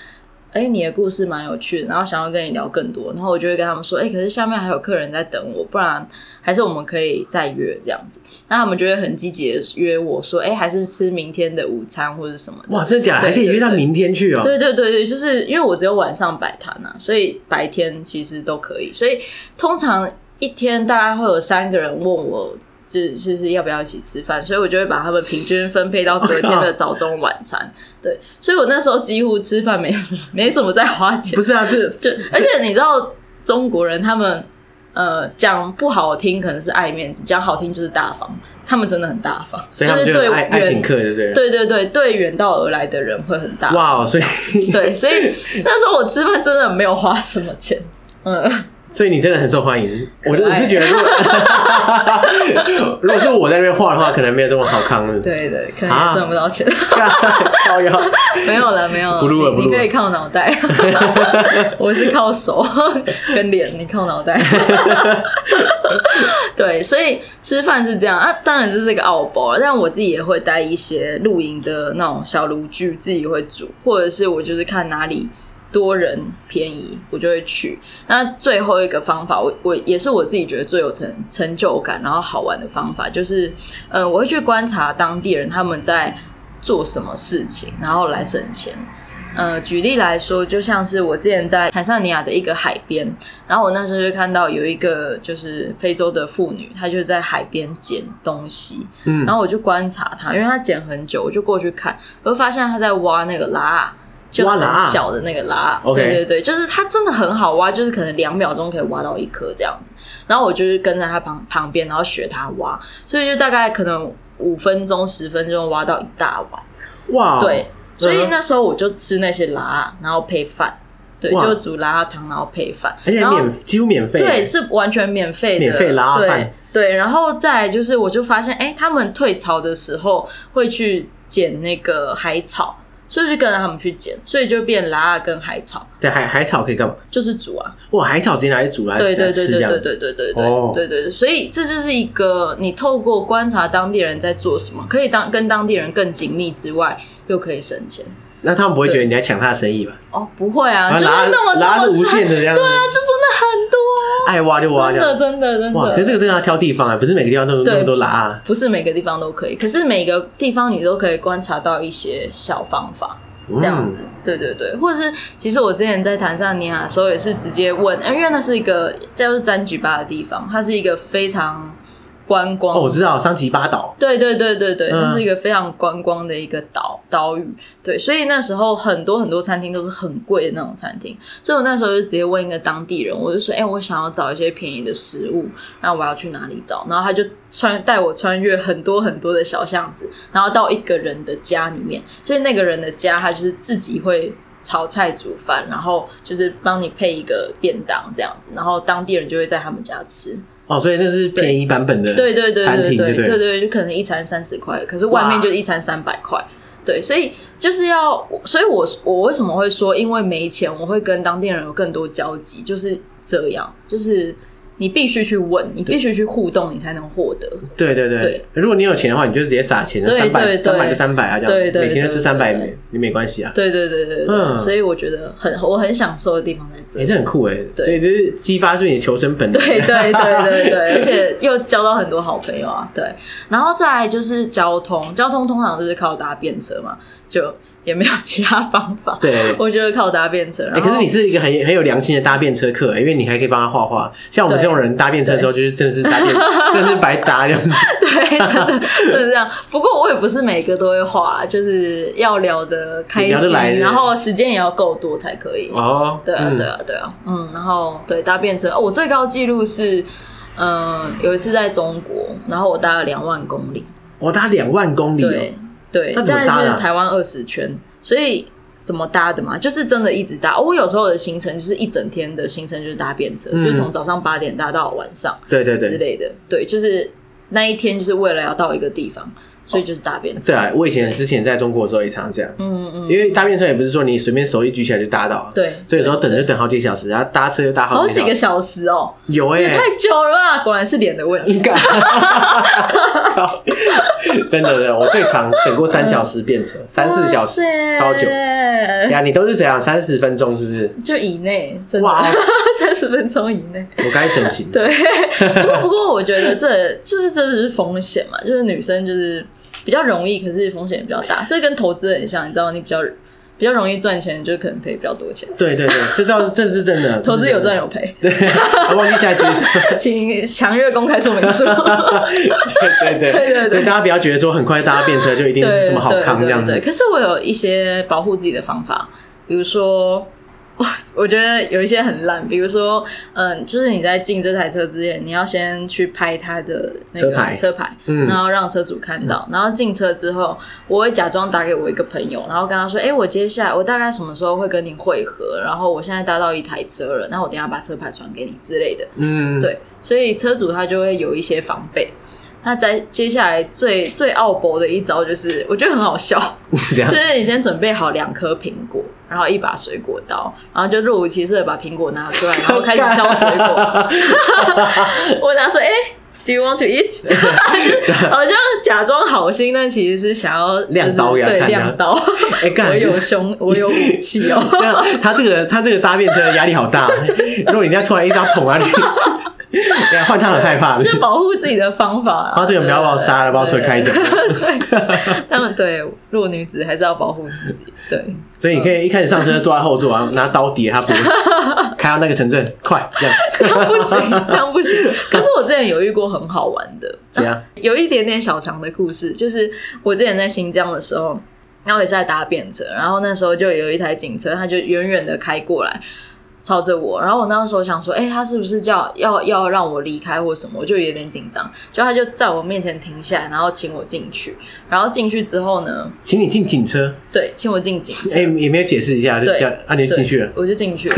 哎、你的故事蛮有趣的，然后想要跟你聊更多，然后我就会跟他们说，哎、可是下面还有客人在等我，不然还是我们可以再约这样子。那他们就会很积极的约我说，哎、还是吃明天的午餐或者什么的。
哇，真的假的？还可以约到明天去哦。
对对对对，就是因为我只有晚上摆摊啊，所以白天其实都可以。所以通常一天大概会有三个人问我，就就是要不要一起吃饭，所以我就会把他们平均分配到隔
哦
天的早中晚餐。对，所以我那时候几乎吃饭没 (laughs) 没什么在花钱
不，是啊，这
就而且你知道中国人他们。呃，讲不好听可能是爱面子，讲好听就是大方。他们真的很大方，
所以他们
是
就
对
有爱爱情
远，
课，对不对？
对对对，对远道而来的人会很大方。
哇哦，所以 (laughs)
(laughs) 对，所以那时候我吃饭真的没有花什么钱。嗯，
所以你真的很受欢迎。我
可爱
我是觉得，如果 (laughs) 如果是我在那边画的话，可能没有这么好看了。 (laughs)
对对，可能
啊
也赚不到钱， (laughs)
高腰，
没有了，没有
不录了
你
不录了
你可以靠脑
(laughs)
袋，我是靠手跟脸，你靠脑袋。 (laughs) 对，所以吃饭是这样啊，当然这是一个奥包，但我自己也会带一些露营的那种小炉具，自己会煮，或者是我就是看哪里多人便宜，我就会去。那最后一个方法，我我也是我自己觉得最有成成就感，然后好玩的方法，就是呃，我会去观察当地人他们在做什么事情，然后来省钱。呃，举例来说，就像是我之前在坦桑尼亚的一个海边，然后我那时候就看到有一个就是非洲的妇女，她就在海边捡东西，
嗯
然后我就观察她，因为她捡很久，我就过去看，我就发现她在挖那个拉，就
挖啊
很
喇
小的那个拉，
OK
对对对，就是它真的很好挖，就是可能两秒钟可以挖到一颗这样子。然后我就是跟在它旁旁边，然后学它挖，所以就大概可能五分钟、十分钟挖到一大碗。
哇，
对，，所以
嗯
那时候我就吃那些拉，然后配饭，对，
哇
就煮拉汤，然后配饭，
而且
然后
免几乎免费，
对，是完全免费的，
免费拉
对
饭
对，然后再来就是，我就发现，哎、他们退潮的时候会去捡那个海草，所以就跟着他们去捡，所以就变拉啊跟海草，
对海海草可以干嘛？
就是煮啊，
哇，海草直接拿来煮来
对对
来
对
吃这
对
样
对。对对对对
哦
对对对，所以这就是一个你透过观察当地人在做什么，可以当跟当地人更紧密之外，又可以省钱。
那他们不会觉得你在抢他的生意吧？
哦，不会啊，
然
就
后
是
拉
那么
拉是无限
的， (laughs)
的这样子
对，啊，就真
爱挖就挖这
的很多
样
啊，真的。真的真的。
哇，可是这个真的要挑地方啊，不是每个地方都有
对
那么多拉啊。
不是每个地方都可以，可是每个地方你都可以观察到一些小方法，
嗯
这样子。对对对，或者是其实我之前在坦桑尼亚的时候也是直接问，呃因为那是一个叫做詹吉巴的地方，它是一个非常观光。
哦，我知道桑吉巴岛，
对对对对对，
嗯
那是一个非常观光的一个岛岛屿，对，所以那时候很多很多餐厅都是很贵的那种餐厅，所以我那时候就直接问一个当地人，我就说，哎、我想要找一些便宜的食物，那我要去哪里找？然后他就穿带我穿越很多很多的小巷子，然后到一个人的家里面，所以那个人的家他就是自己会炒菜煮饭，然后就是帮你配一个便当这样子，然后当地人就会在他们家吃，
哦，所以那是便宜版本的
对对对
餐
对
厅，
对
对
对
了
对，就可能一餐三十块，可是外面
哇
就一餐三百块。对，所以就是要，所以我我为什么会说，因为没钱，我会跟当地人有更多交集，就是这样，就是你必须去问，你必须去互动，你才能获得。
对对对
对
如果你有钱的话，你就直接撒钱，
对
三百
对对
三百就三百啊，这样
对对对
每天都吃
对
三百
对对，
你没关系啊。
对对对对对，
嗯
所以我觉得很我很享受的地方在这
哎，
里。
这很酷哎，
对
所以这是激发出你的求生本能。
对对对对对，而且又交到很多好朋友啊。对，然后再来就是交通，交通通常就是靠搭便车嘛，就也没有其他方法。
(laughs) 对
(laughs) 我觉得靠搭便车。然
哎、
后
可是你是一个很很有良心的搭便车客、
(laughs)
因为你还可以帮他画画。像我们这种人搭便车的时候，就是真的是搭便，真的是白搭这样子。
对，真的就是这样。不过我也不是每个都会画，就是要聊得开
聊得
心
来，
然后时间也要够多才可以。
哦，
(laughs) 对啊，
嗯
对啊，对啊，嗯，然后对搭便车，哦，我最高纪录是，嗯，有一次在中国，然后我搭了两万公里，
我搭两万公里哦，
对对，
那怎
现
么
在
搭的啊
是台湾二十圈，所以怎么搭的嘛？就是真的一直搭。哦我有时候的行程就是一整天的行程就是搭便车，
嗯
就是从早上八点搭到晚上
对对
之
对，
类的。对，就是那一天就是为了要到一个地
哦
方，所以就是搭便车。
对啊，我以前之前在中国的时候也常这样，
嗯嗯，
因为搭便车也不是说你随便手一举起来就搭到，，
对，
所以有时候等就等好几个小时，然后搭车又搭
好
好
几
个
个
小时，
小时哦，
有哎、
也太久了吧，果然是脸的问题。
干靠 (laughs) 真的，真的，我最长等过三小时便车，三四小时
哇塞，
超久。呀，你都是怎样？三十分钟是不是？
就以内，真的
哇哦，
(laughs) 三十分钟以内。
我该整形。
对，
(laughs)
不过不过我觉得这就是这就是风险嘛，就是女生就是比较容易，可是风险也比较大，这跟投资很像，你知道，你比较比较容易赚钱，就可能赔比较多钱，
对对对，这倒是这是真的，
(laughs) 投资有赚
有。(laughs)
有赔，
对，我忘记下一句是什么。
(laughs) 请详阅公开说明书。
对对
对对
对，
对
所以大家不要觉得说很快大家变车就一定是什么好康这样
对对对对
子。
可是我有一些保护自己的方法，比如说。我我觉得有一些很烂，比如说，嗯，就是你在进这台车之前，你要先去拍它的那个
车牌
车牌，
嗯
然后让车主看到。然后进车之后，我会假装打给我一个朋友，然后跟他说：“哎、我接下来我大概什么时候会跟你会合？然后我现在搭到一台车了，然后我等一下把车牌传给你之类的。”
嗯，
对，所以车主他就会有一些防备。那在接下来最最奥博的一招就是，我觉得很
(laughs)
好笑，
(laughs) 这样
就是你先准备好两颗苹果，然后一把水果刀，然后就若无其事的把苹果拿
(laughs)
出来，然后开始削水果。 (laughs) 我拿说，哎、d o you want to
(laughs)
eat？就是好像假装好心，但其实是想要、就是、
亮刀给他
对
看
亮刀。 (laughs)
哎干
我有凶，我有武器哦。
(laughs) 这样他这个他这个搭便车的压力好
(laughs)
大。如果人家突然一啊刀捅 (laughs) 下去，等下换他很害怕的
就。是保护自己的方法、啊。
他这个不要把我杀了，把我车开走。
(laughs) 他们对弱女子还是要保护自己。对，
所以你可以一开始上车坐在后座，然后拿刀抵着他脖子，开到那个城镇，快这样。
(laughs) 这样不行，这样不行。 (laughs) 可是我之前有遇过很好玩的，
怎样？
有一点点小长的故事，就是我之前在新疆的时候，然后也是在搭便车，然后那时候就有一台警车，它就远远的开过来。朝着我，然后我那时候想说，哎、他是不是叫要要让我离开或什么？我就有点紧张，就他就在我面前停下来，然后请我进去，然后进去之后呢，
请你进警车，
对，请我进警车，
哎、也没有解释一下，就
对
这样，啊，你就进去了
(laughs) 对。我就进
(laughs)
去了，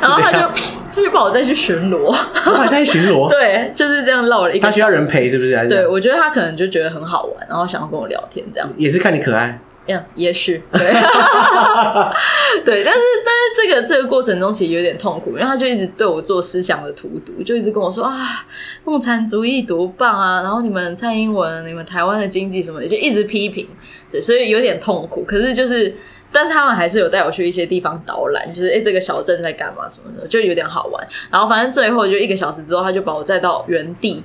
然后他就他就把我再去巡逻，
我还在巡逻，
对，就是这样绕了一个。
哦他需要人。陪是不是？还是
对，我觉得他可能就觉得很好玩，然后想要跟我聊天这样。
也是看你可爱，
嗯，也许对， (laughs) 对，但是但是这个这个过程中其实有点痛苦，因为他就一直对我做思想的荼毒，就一直跟我说啊，共产主义多棒啊，然后你们蔡英文、你们台湾的经济什么的，就一直批评，对，所以有点痛苦。可是就是，但他们还是有带我去一些地方导览，就是哎、诶这个小镇在干嘛什么的，就有点好玩。然后反正最后就一个小时之后，他就把我载到原地，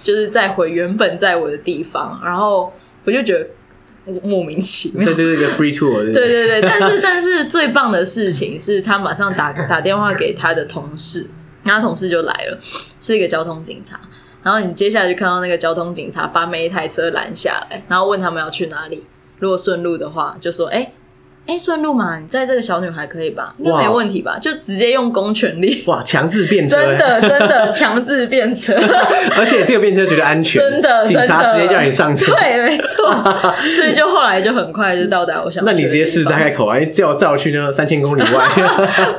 就是再回原本在我的地方，然后我就觉得莫名其
所
妙
以。这是一个 free tour，对不
对对对，但是但是最棒的事情是他马上打打电话给他的同事，然 (laughs) 后他同事就来了，是一个交通警察。然后你接下来就看到那个交通警察把每一台车拦下来，然后问他们要去哪里。如果顺路的话，就说：“哎、哎，顺路嘛，你载这个小女孩可以吧？应该
哇
没问题吧？”就直接用公权力，
哇，强制变车，
真 (laughs) 的真的强制变车。
而且这个变车觉得安全，
真的，
警察
真
直
的
接叫你上车。
对，没错，所以就后来就很快就到达 (laughs) 我想去
那
的地方。
你直接试大概口啊，哎叫我载我去那三千公里外，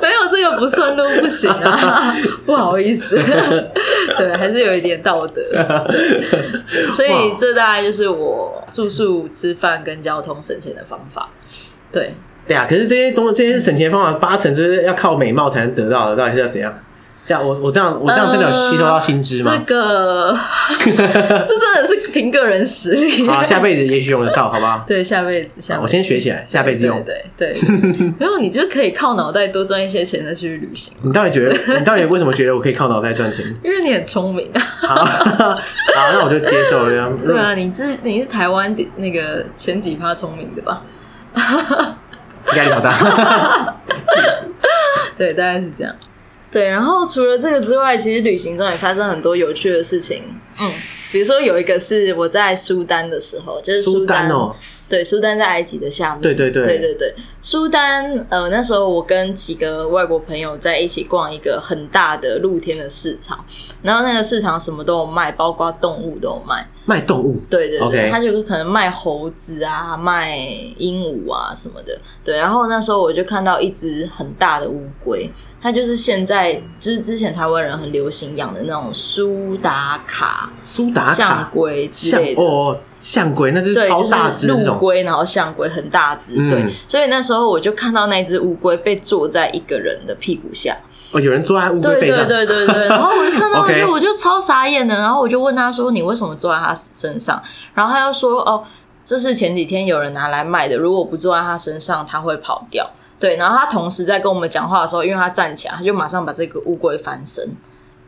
没有这个不顺路不行
(laughs)
啊，不好意思，对，还是有一点道
(laughs)
德。对所以
哇
这大概就是我住宿、吃饭跟交通省钱的方法。对，
对啊。可是这些东这些省钱方法，八成就是要靠美貌才能得到的，到底是要怎样？这样我我这样我这样真的
呃
有吸收到新知
这
吗？ (laughs)
个这真的是凭个人实力。 (laughs)
好，下辈子也许用得到，好不好？
对，下辈子，下辈子
我先学起来，下辈子用。
对对对，
(laughs)
对然后你就可以靠脑袋多赚一些钱再去旅行，
你到底觉得你到底为什么觉得我可以靠脑袋赚
(laughs)
钱？
因为你很聪明啊。
(laughs) 好，好，那我就接受了。
对啊，你是你是台湾的那个前几趴聪明的吧？
压力好大。
对，大概是这样。对，然后除了这个之外，其实旅行中也发生很多有趣的事情。嗯，比如说有一个是我在苏丹的时候，就是
苏
丹
丹哦，
对，苏丹在埃及的下面。
对对对
对对对，苏丹呃，那时候我跟几个外国朋友在一起逛一个很大的露天的市场，然后那个市场什么都有卖，包括动物都有卖。
卖动物，
对对对
OK
他就是可能卖猴子啊，卖鹦鹉啊什么的。对，然后那时候我就看到一只很大的乌龟，它就是现在就是之前台湾人很流行养的那种苏打卡
苏打
象
卡，
龟之
象
类的。
哦，象龟那只
对，
超大
就是
只那
陆
种，
龟，然后象龟很大只，
嗯
对，所以那时候我就看到那只乌龟被坐在一个人的屁股下，
哦，有人坐在乌龟
对
背
对
上，
对对对，
(laughs)
然后我就看到，我
OK
就我就超傻眼的，然后我就问他说：“你为什么坐在他身上？”然后他又说：“哦，这是前几天有人拿来卖的，如果不坐在他身上，他会跑掉。”对，然后他同时在跟我们讲话的时候，因为他站起来，他就马上把这个乌龟翻身。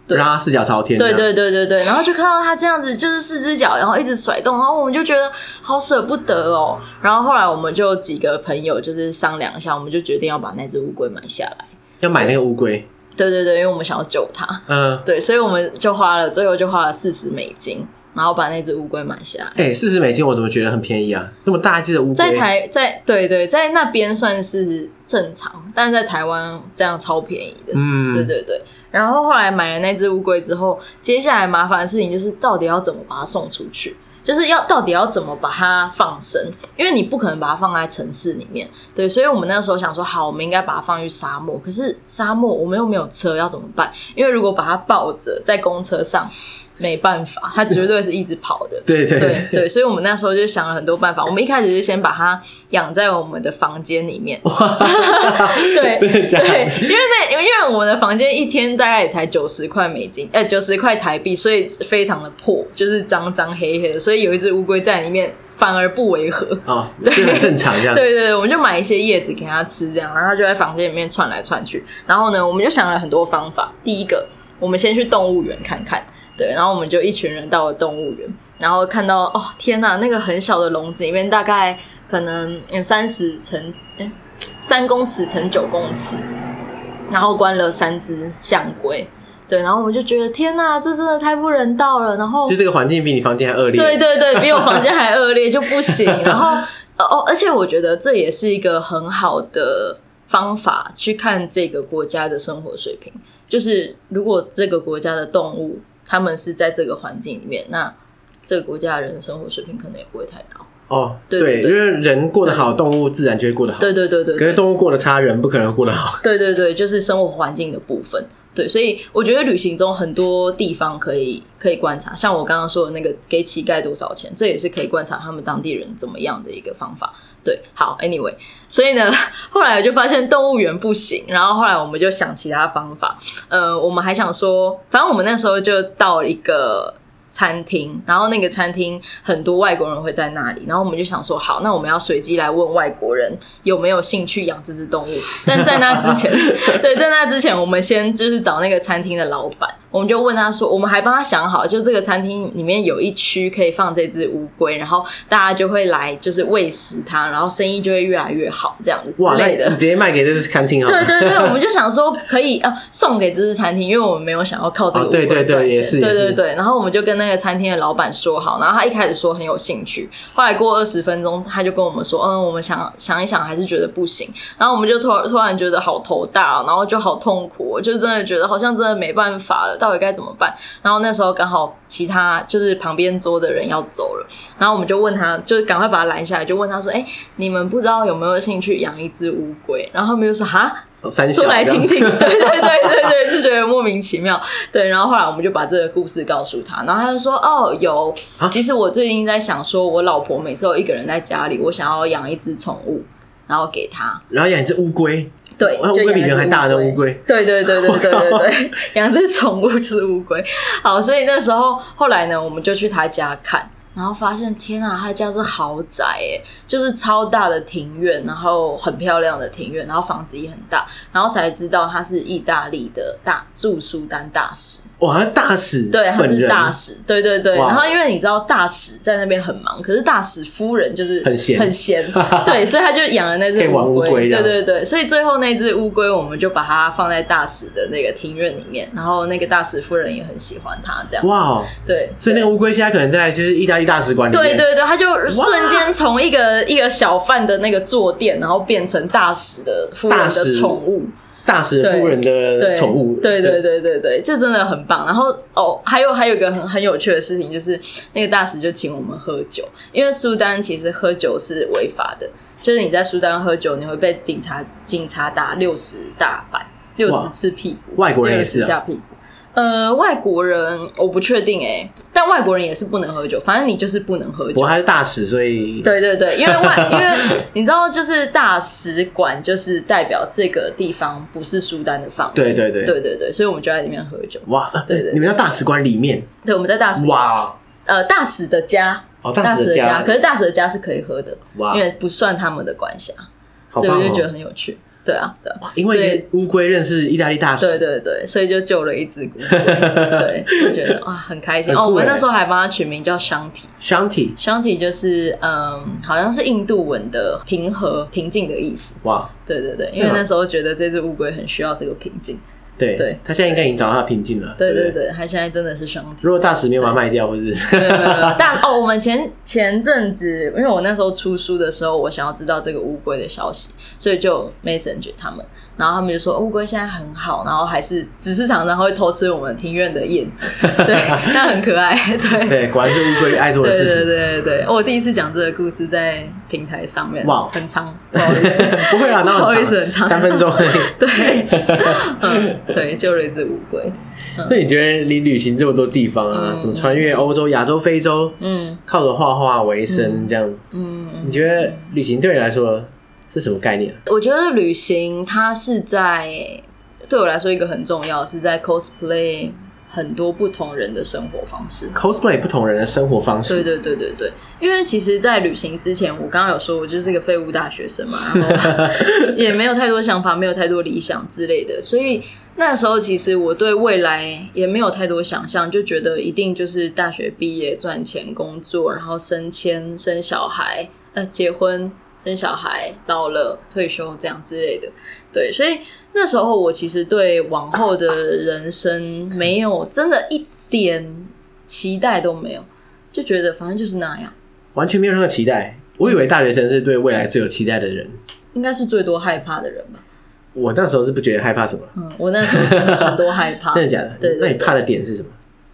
对
让它四脚朝天，
对，对对对对，然后就看到他这样子，就是四只脚，然后一直甩动，然后我们就觉得好舍不得哦。然后后来我们就几个朋友就是商量一下，我们就决定要把那只乌龟买下来。
要买那个乌龟，
对对对，因为我们想要救它。
嗯，
对，所以我们就花了，最后就花了四十美金，然后把那只乌龟买下来。
哎，四十美金我怎么觉得很便宜啊？那么大一只的乌
在
龟，
台在对对，在那边算是正常，但是在台湾这样超便宜的。
嗯，
对对对。然后后来买了那只乌龟之后，接下来麻烦的事情就是到底要怎么把它送出去。就是要到底要怎么把它放生，因为你不可能把它放在城市里面，对，所以我们那时候想说，好，我们应该把它放去沙漠，可是沙漠我们又没有车，要怎么办？因为如果把它抱着在公车上，没办法，它绝对是一直跑的，
(laughs) 对对
对对，所以我们那时候就想了很多办法。我们一开始就先把它养在我们的房间里面， (laughs) 对
真的假的
对，因为那因为我们的房间一天大概也才九十块美金，呃，九十块台币，所以非常的破，就是脏脏黑黑的，所以有一只乌龟在里面反而不违和。
哦，这很正常这样，
对对对，我们就买一些叶子给它吃，这样，然后它就在房间里面窜来窜去。然后呢，我们就想了很多方法。第一个，我们先去动物园看看，对，然后我们就一群人到了动物园，然后看到哦，天呐，那个很小的笼子里面大概可能三十乘三公尺乘九公尺，然后关了三只象龟。对，然后我们就觉得天呐，这真的太不人道了。然后
其实这个环境比你房间还恶劣，
对对对，比我房间还恶劣就不行。然后呃哦，而且我觉得这也是一个很好的方法去看这个国家的生活水平。就是如果这个国家的动物他们是在这个环境里面，那这个国家的人的生活水平可能也不会太高。
哦，
对
对，
对对
因为人过得好，动物自然就会过得好，
对对对对
可
对
是动物过得差，人不可能会过得好，
对对对，就是生活环境的部分。对，所以我觉得旅行中很多地方可以可以观察，像我刚刚说的那个给乞丐多少钱，这也是可以观察他们当地人怎么样的一个方法。对，好，anyway，所以呢， (laughs) 后来我就发现动物园不行，然后后来我们就想其他方法，呃，我们还想说，反正我们那时候就到一个餐厅，然后那个餐厅很多外国人会在那里，然后我们就想说，好，那我们要随机来问外国人有没有兴趣养这
(laughs)
只动物。但在那之前，对，在那之前，我们先就是找那个餐厅的老板，我们就问他说，我们还帮他想好，就这个餐厅里面有一区可以放这只乌龟，然后大家就会来就是喂食它，然后生意就会越来越好这样子
哇，
之
那
类的
你。直接卖给这个餐厅好了，
对对对，我们就想说可以啊送给这支餐厅，因为我们没有想要靠这个
哦
乌
对
龟
对对
赚
也是
钱。
也
对
是
对对，然后我们就跟那个餐厅的老板说好，然后他一开始说很有兴趣，后来过二十分钟他就跟我们说，嗯，我们想想一想，还是觉得不行。然后我们就突突然觉得好头大哦，然后就好痛苦哦，就真的觉得好像真的没办法了，到底该怎么办？然后那时候刚好其他就是旁边桌的人要走了，然后我们就问他，就赶快把他拦下来，就问他说，哎、你们不知道有没有兴趣养一只乌龟？然后他们就说，哈，
三小
说来
这样
听
(laughs)
听，对对对对对，就觉得莫名其妙。对，然后后来我们就把这个故事告诉他，然后他就说：“哦，有
啊，
其实我最近在想说，我老婆每次都一个人在家里，我想要养一只宠物，然后给她。
然后养一只乌龟，
对，
哇乌
就
龟
养
比
一只
人还大的乌龟，
对对对对对对对，养只宠物就是乌龟。好，所以那时候后来呢，我们就去他家看，然后发现天啊，他家是豪宅哎，就是超大的庭院，然后很漂亮的庭院，然后房子也很大，然后才知道他是意大利的大驻苏丹大使，
哇，他是大使
对，他
本
是
人
大使，对对对。
哇
然后因为你知道大使在那边很忙，可是大使夫人就是
很闲
很闲，
(laughs)
对，所以他就养了那
可
只
以玩乌龟
龟，
这
对
样
对对。所以最后那只乌龟，我们就把它放在大使的那个庭院里面，然后那个大使夫人也很喜欢它，这样
哇哦，
对。
所以那个乌龟现在可能在就是意大利大使馆里面，
对对对，他就瞬间从一个一个小贩的那个坐垫，然后变成大使的夫人
大
的
使
宠物，
大使夫人的
对
宠物，
对对对对对，这真的很棒。然后哦，还有还有一个很很有趣的事情，就是那个大使就请我们喝酒，因为苏丹其实喝酒是违法的，就是你在苏丹喝酒，你会被警察警察打六十大板，六十次屁股，
外国人也
六
是
十
啊
下屁股。呃，外国人我不确定哎、但外国人也是不能喝酒，反正你就是不能喝酒。
不过他是大使，所以
对对对，因为外，
(laughs)
因为你知道，就是大使馆就是代表这个地方不是苏丹的范围。
对对对
对对对，所以我们就在里面喝酒。
哇，
对对
你们在大使馆里面，
对，我们在大使
哇，
呃大使的家，
哦，
大
使
的
家，
可是大使的家是可以喝的，
哇
因，为不算他们的管辖，
好
所以
棒
我就觉得
哦，
很有趣。对啊，对啊，
因
所
为
以
一个乌龟认识意大利大使，
对对对，所以就救了一只
(laughs)
乌龟，对，就觉得啊很开心。
很
哦，
酷
我们
欸
那时候还帮它取名叫香体，
，Shanti，
香体就是嗯，好像是印度文的平和、平静的意思。
哇，
对对对，因为
对吧
那时候觉得这只乌龟很需要这个平静。
对
对
他现在应该已经找到他的瓶颈了，
对
对
对
不对。
对，它现在真的是双体。
如果大使没有把它卖掉，或者是 (laughs)
对对对对但哦，我们前前阵子，因为我那时候出书的时候，我想要知道这个乌龟的消息，所以就 messenger 他们，然后他们就说哦乌龟现在很好，然后还是只是常常会偷吃我们庭院的叶子，对，那很可爱，对
对，果然是乌龟爱做的
对
事
对
情。
对对对，我第一次讲这个故事在平台上面，
哇
很长，不好意思，
不会啊，那
不好意
很
思很
长，
长
三分
(laughs)
钟而已。
对，嗯，对，救了一只乌龟，
那你觉得你旅行这么多地方啊，
嗯
怎么穿越欧洲、亚洲、非洲，
嗯
靠着画画为生这样，
嗯。
你觉得旅行对你来说是什么概念啊？
我觉得旅行它是在对我来说一个很重要，是在 cosplay 很多不同人的生活方式。
cosplay 不同人的生活方
对
式，
对对对对，因为其实，在旅行之前，我刚刚有说我就是一个废物大
(laughs)
学生嘛，然后也没有太多想法，没有太多理想之类的，所以那时候其实我对未来也没有太多想象，就觉得一定就是大学毕业赚钱工作，然后升迁、生小孩，呃，结婚、生小孩、老了、退休这样之类的。对，所以那时候我其实对往后的人生没有真的一点期待都没有，就觉得反正就是那样，
完全没有任何期待。我以为大学生是对未来最有期待的人，
应该是最多害怕的人吧。
我那时候是不觉得害怕什么，
嗯，我那时候是很多害怕，
(laughs) 真的假的？
啊对对
那你
对
怕的点是什么？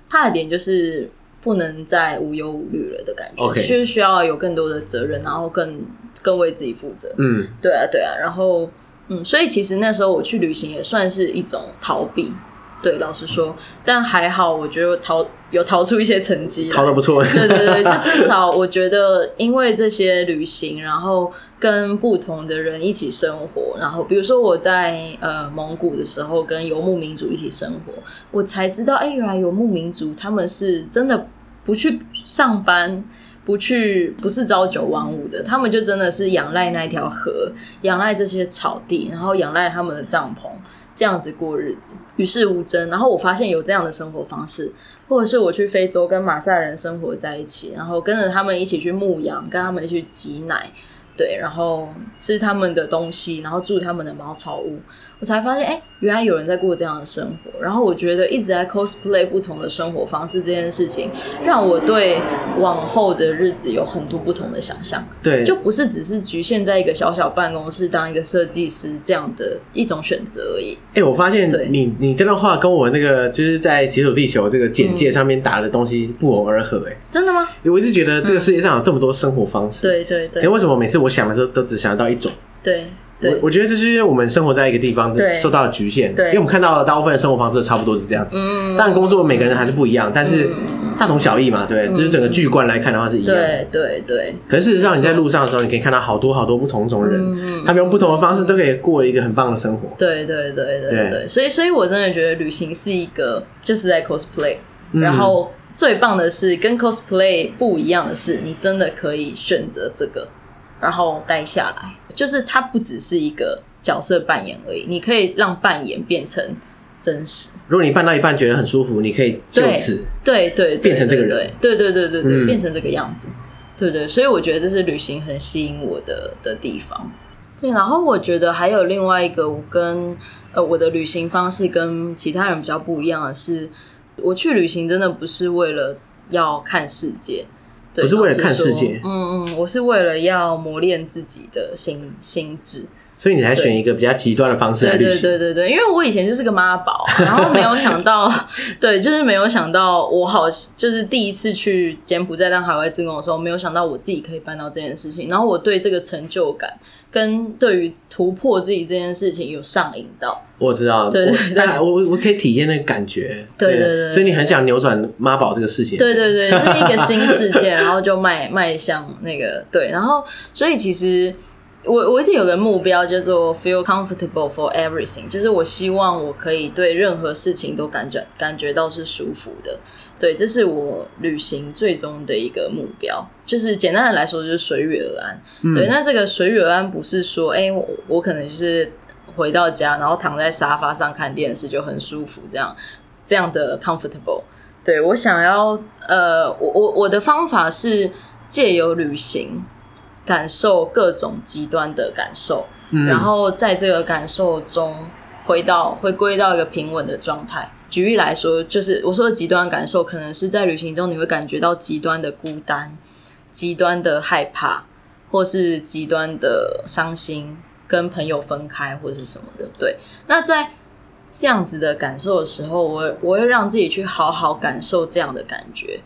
怕的点就是不能再无忧无虑了的感觉
OK
就是需要有更多的责任，然后更更为自己负责。
嗯，
对啊，对啊，然后嗯，所以其实那时候我去旅行也算是一种逃避。对，老实说，但还好，我觉得我逃有逃出一些成绩来，
考的不错，
对对对，就至少我觉得，因为这些旅行，然后跟不同的人一起生活，然后比如说我在呃蒙古的时候，跟游牧民族一起生活，我才知道，哎、原来游牧民族他们是真的不去上班。不去不是朝九晚五的，他们就真的是仰赖那条河，仰赖这些草地，然后仰赖他们的帐篷，这样子过日子，与世无争。然后我发现有这样的生活方式，或者是我去非洲跟马赛人生活在一起，然后跟着他们一起去牧羊，跟他们去挤奶，对，然后吃他们的东西，然后住他们的茅草屋，我才发现，哎、原来有人在过这样的生活。然后我觉得一直在 cosplay 不同的生活方式这件事情，让我对往后的日子有很多不同的想象。
(laughs) 对，
就不是只是局限在一个小小办公室当一个设计师这样的一种选择而已。
哎、我发现
对
你你这段话跟我那个就是在《解锁地球》这个简介上面打的东西不谋而合、哎、
真的吗？
我一直觉得这个世界上有这么多生活方式，
嗯对对
哎、
对
为什么每次我想的时候都只想得到一种？
对
我
对，
我觉得这是因为我们生活在一个地方的
对
受到的局限，
对
因为我们看到的大部分的生活方式都差不多是这样子。
嗯
当然，工作每个人还是不一样，但是大同小异嘛，对，就是整个巨观来看的话是一样的。
嗯对对对，
可是事实上，你在路上的时候，你可以看到好多好多不同种
嗯
人，他们用不同的方式都可以过一个很棒的生活。
对对对对
对嗯
对，所以所以我真的觉得旅行是一个就是在 cosplay，、然后最棒的是，跟 cosplay 不一样的是，你真的可以选择这个，然后待下来。就是它不只是一个角色扮演而已，你可以让扮演变成真实。
如果你办到一半觉得很舒服，你可以就此
对对，对
变成这个人，
对对对对对对，
嗯
变成这个样子，对对，所以我觉得这是旅行很吸引我的的地方。对，然后我觉得还有另外一个，我跟呃我的旅行方式跟其他人比较不一样的是，我去旅行真的不是为了要看世界，对
不是为了看
老实说
世界
嗯嗯，我是为了要磨练自己的心心智，
所以你才选一个比较极端的方式来
对
旅
对
行。
对对对，因为我以前就是个妈宝，然后没有想到，对，就是没有想到我好，就是第一次去柬埔寨当海外志工的时候，没有想到我自己可以办到这件事情，然后我对这个成就感跟对于突破自己这件事情有上瘾到，
我知道，
对对
我
对
但我我可以体验那个感觉。
对对对对
所以你很想扭转妈宝这个事情。
对对对，就是一个新世界，然后就迈迈向那个对，然后所以其实我我一直有个目标叫做 feel comfortable for everything，就是我希望我可以对任何事情都感觉感觉到是舒服的，对，这是我旅行最终的一个目标。就是简单的来说，就是随遇而安。
嗯
对，那这个随遇而安不是说，哎、我我可能就是回到家，然后躺在沙发上看电视就很舒服，这样这样的 comfortable。对我想要，呃，我我我的方法是借由旅行感受各种极端的感受，
嗯
然后在这个感受中回到回归到一个平稳的状态。举例来说，就是我说的极端感受，可能是在旅行中你会感觉到极端的孤单、极端的害怕，或是极端的伤心，跟朋友分开或是什么的。对，那在这样子的感受的时候，我我会让自己去好好感受这样的感觉，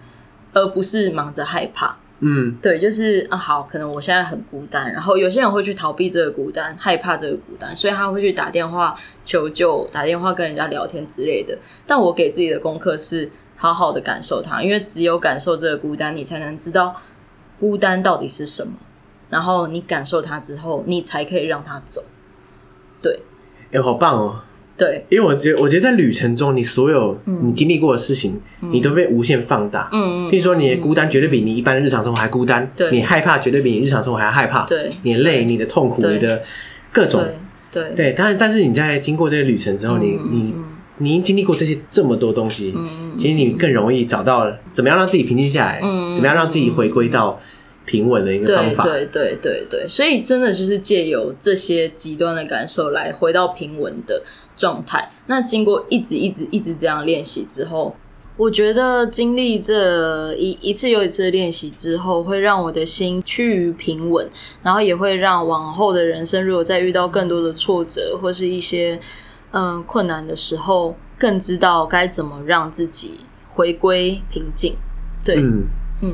而不是忙着害怕。
嗯，
对，就是啊，好，可能我现在很孤单，然后有些人会去逃避这个孤单，害怕这个孤单，所以他会去打电话求救，打电话跟人家聊天之类的。但我给自己的功课是好好的感受它，因为只有感受这个孤单，你才能知道孤单到底是什么。然后你感受它之后，你才可以让它走。
哎、好棒哦！
对，
因为我觉得，我觉得在旅程中，你所有你经历过的事情，你都被无限放大。
嗯嗯
譬如说，你的孤单绝对比你一般的日常生活还孤单，
对
你害怕绝对比你日常生活还害怕，
对
你的累、你的痛苦、
对
你的各种，
对对嗯
对。但但是你在经过这个旅程之后，你你你已经经历过这些这么多东西，其实你更容易找到怎么样让自己平静下来，
嗯嗯
怎么样让自己回归到平稳的一个方法。
对对对对对，所以真的就是借由这些极端的感受来回到平稳的状态。那经过一直一直一直这样练习之后，我觉得经历这一一次又一次的练习之后，会让我的心趋于平稳，然后也会让往后的人生，如果再遇到更多的挫折或是一些嗯困难的时候，更知道该怎么让自己回归平静。对，
嗯
嗯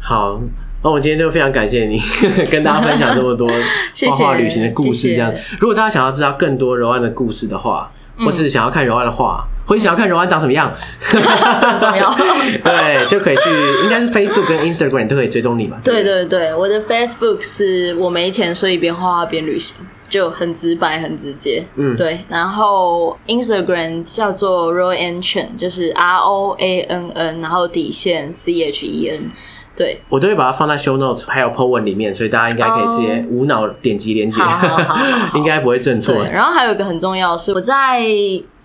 好，那我今天就非常感谢你 (laughs) 跟大家分享这么多
(laughs) 谢谢
画画旅行的故事。这样
谢，
如果大家想要知道更多柔安的故事的话，
嗯
或是想要看柔安的画，或是想要看柔安长什么
(laughs)
样，很
重要
(laughs) 对，就可以去，应该是 Facebook 跟 Instagram 都可以追踪你嘛。
对
不
对对，我的 Facebook 是我没钱，所以边画画边旅行，就很直白很直接。
嗯
对。然后 Instagram 叫做 Roan Chen，就是 R O A N N，然后底线 C H E N。对，
我都会把它放在 show notes 还有 po 文里面，所以大家应该可以直接无脑点击连接
哦好好好好，
(laughs)
好
应该不会正错。
对，然后还有一个很重要的是，我在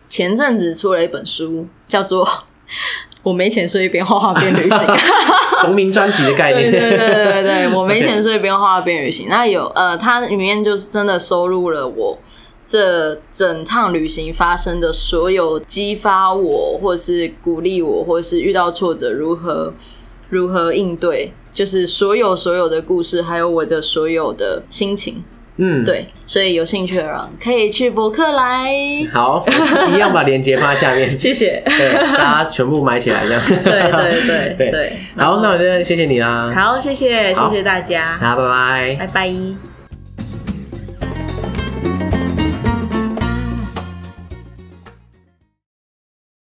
前阵子出了一本书，叫做《我没钱，所以边画画边旅行》。
同名专辑的概念，
对对对对对对，我没钱，所以边画画边旅行。那有呃，它里面就是真的收录了我这整趟旅行发生的所有激发我，或是鼓励我，或是遇到挫折如何如何应对，就是所有所有的故事，还有我的所有的心情。
嗯，。
对，所以有兴趣的人可以去博客来。
好，一样把链接放在下面，
谢谢。 (laughs)
对，大家全部买起来这样。
对对
(laughs)
对
对
对，
好，那我就谢谢你啦。
好，谢谢谢
好
谢大家，
好，拜拜。
拜拜。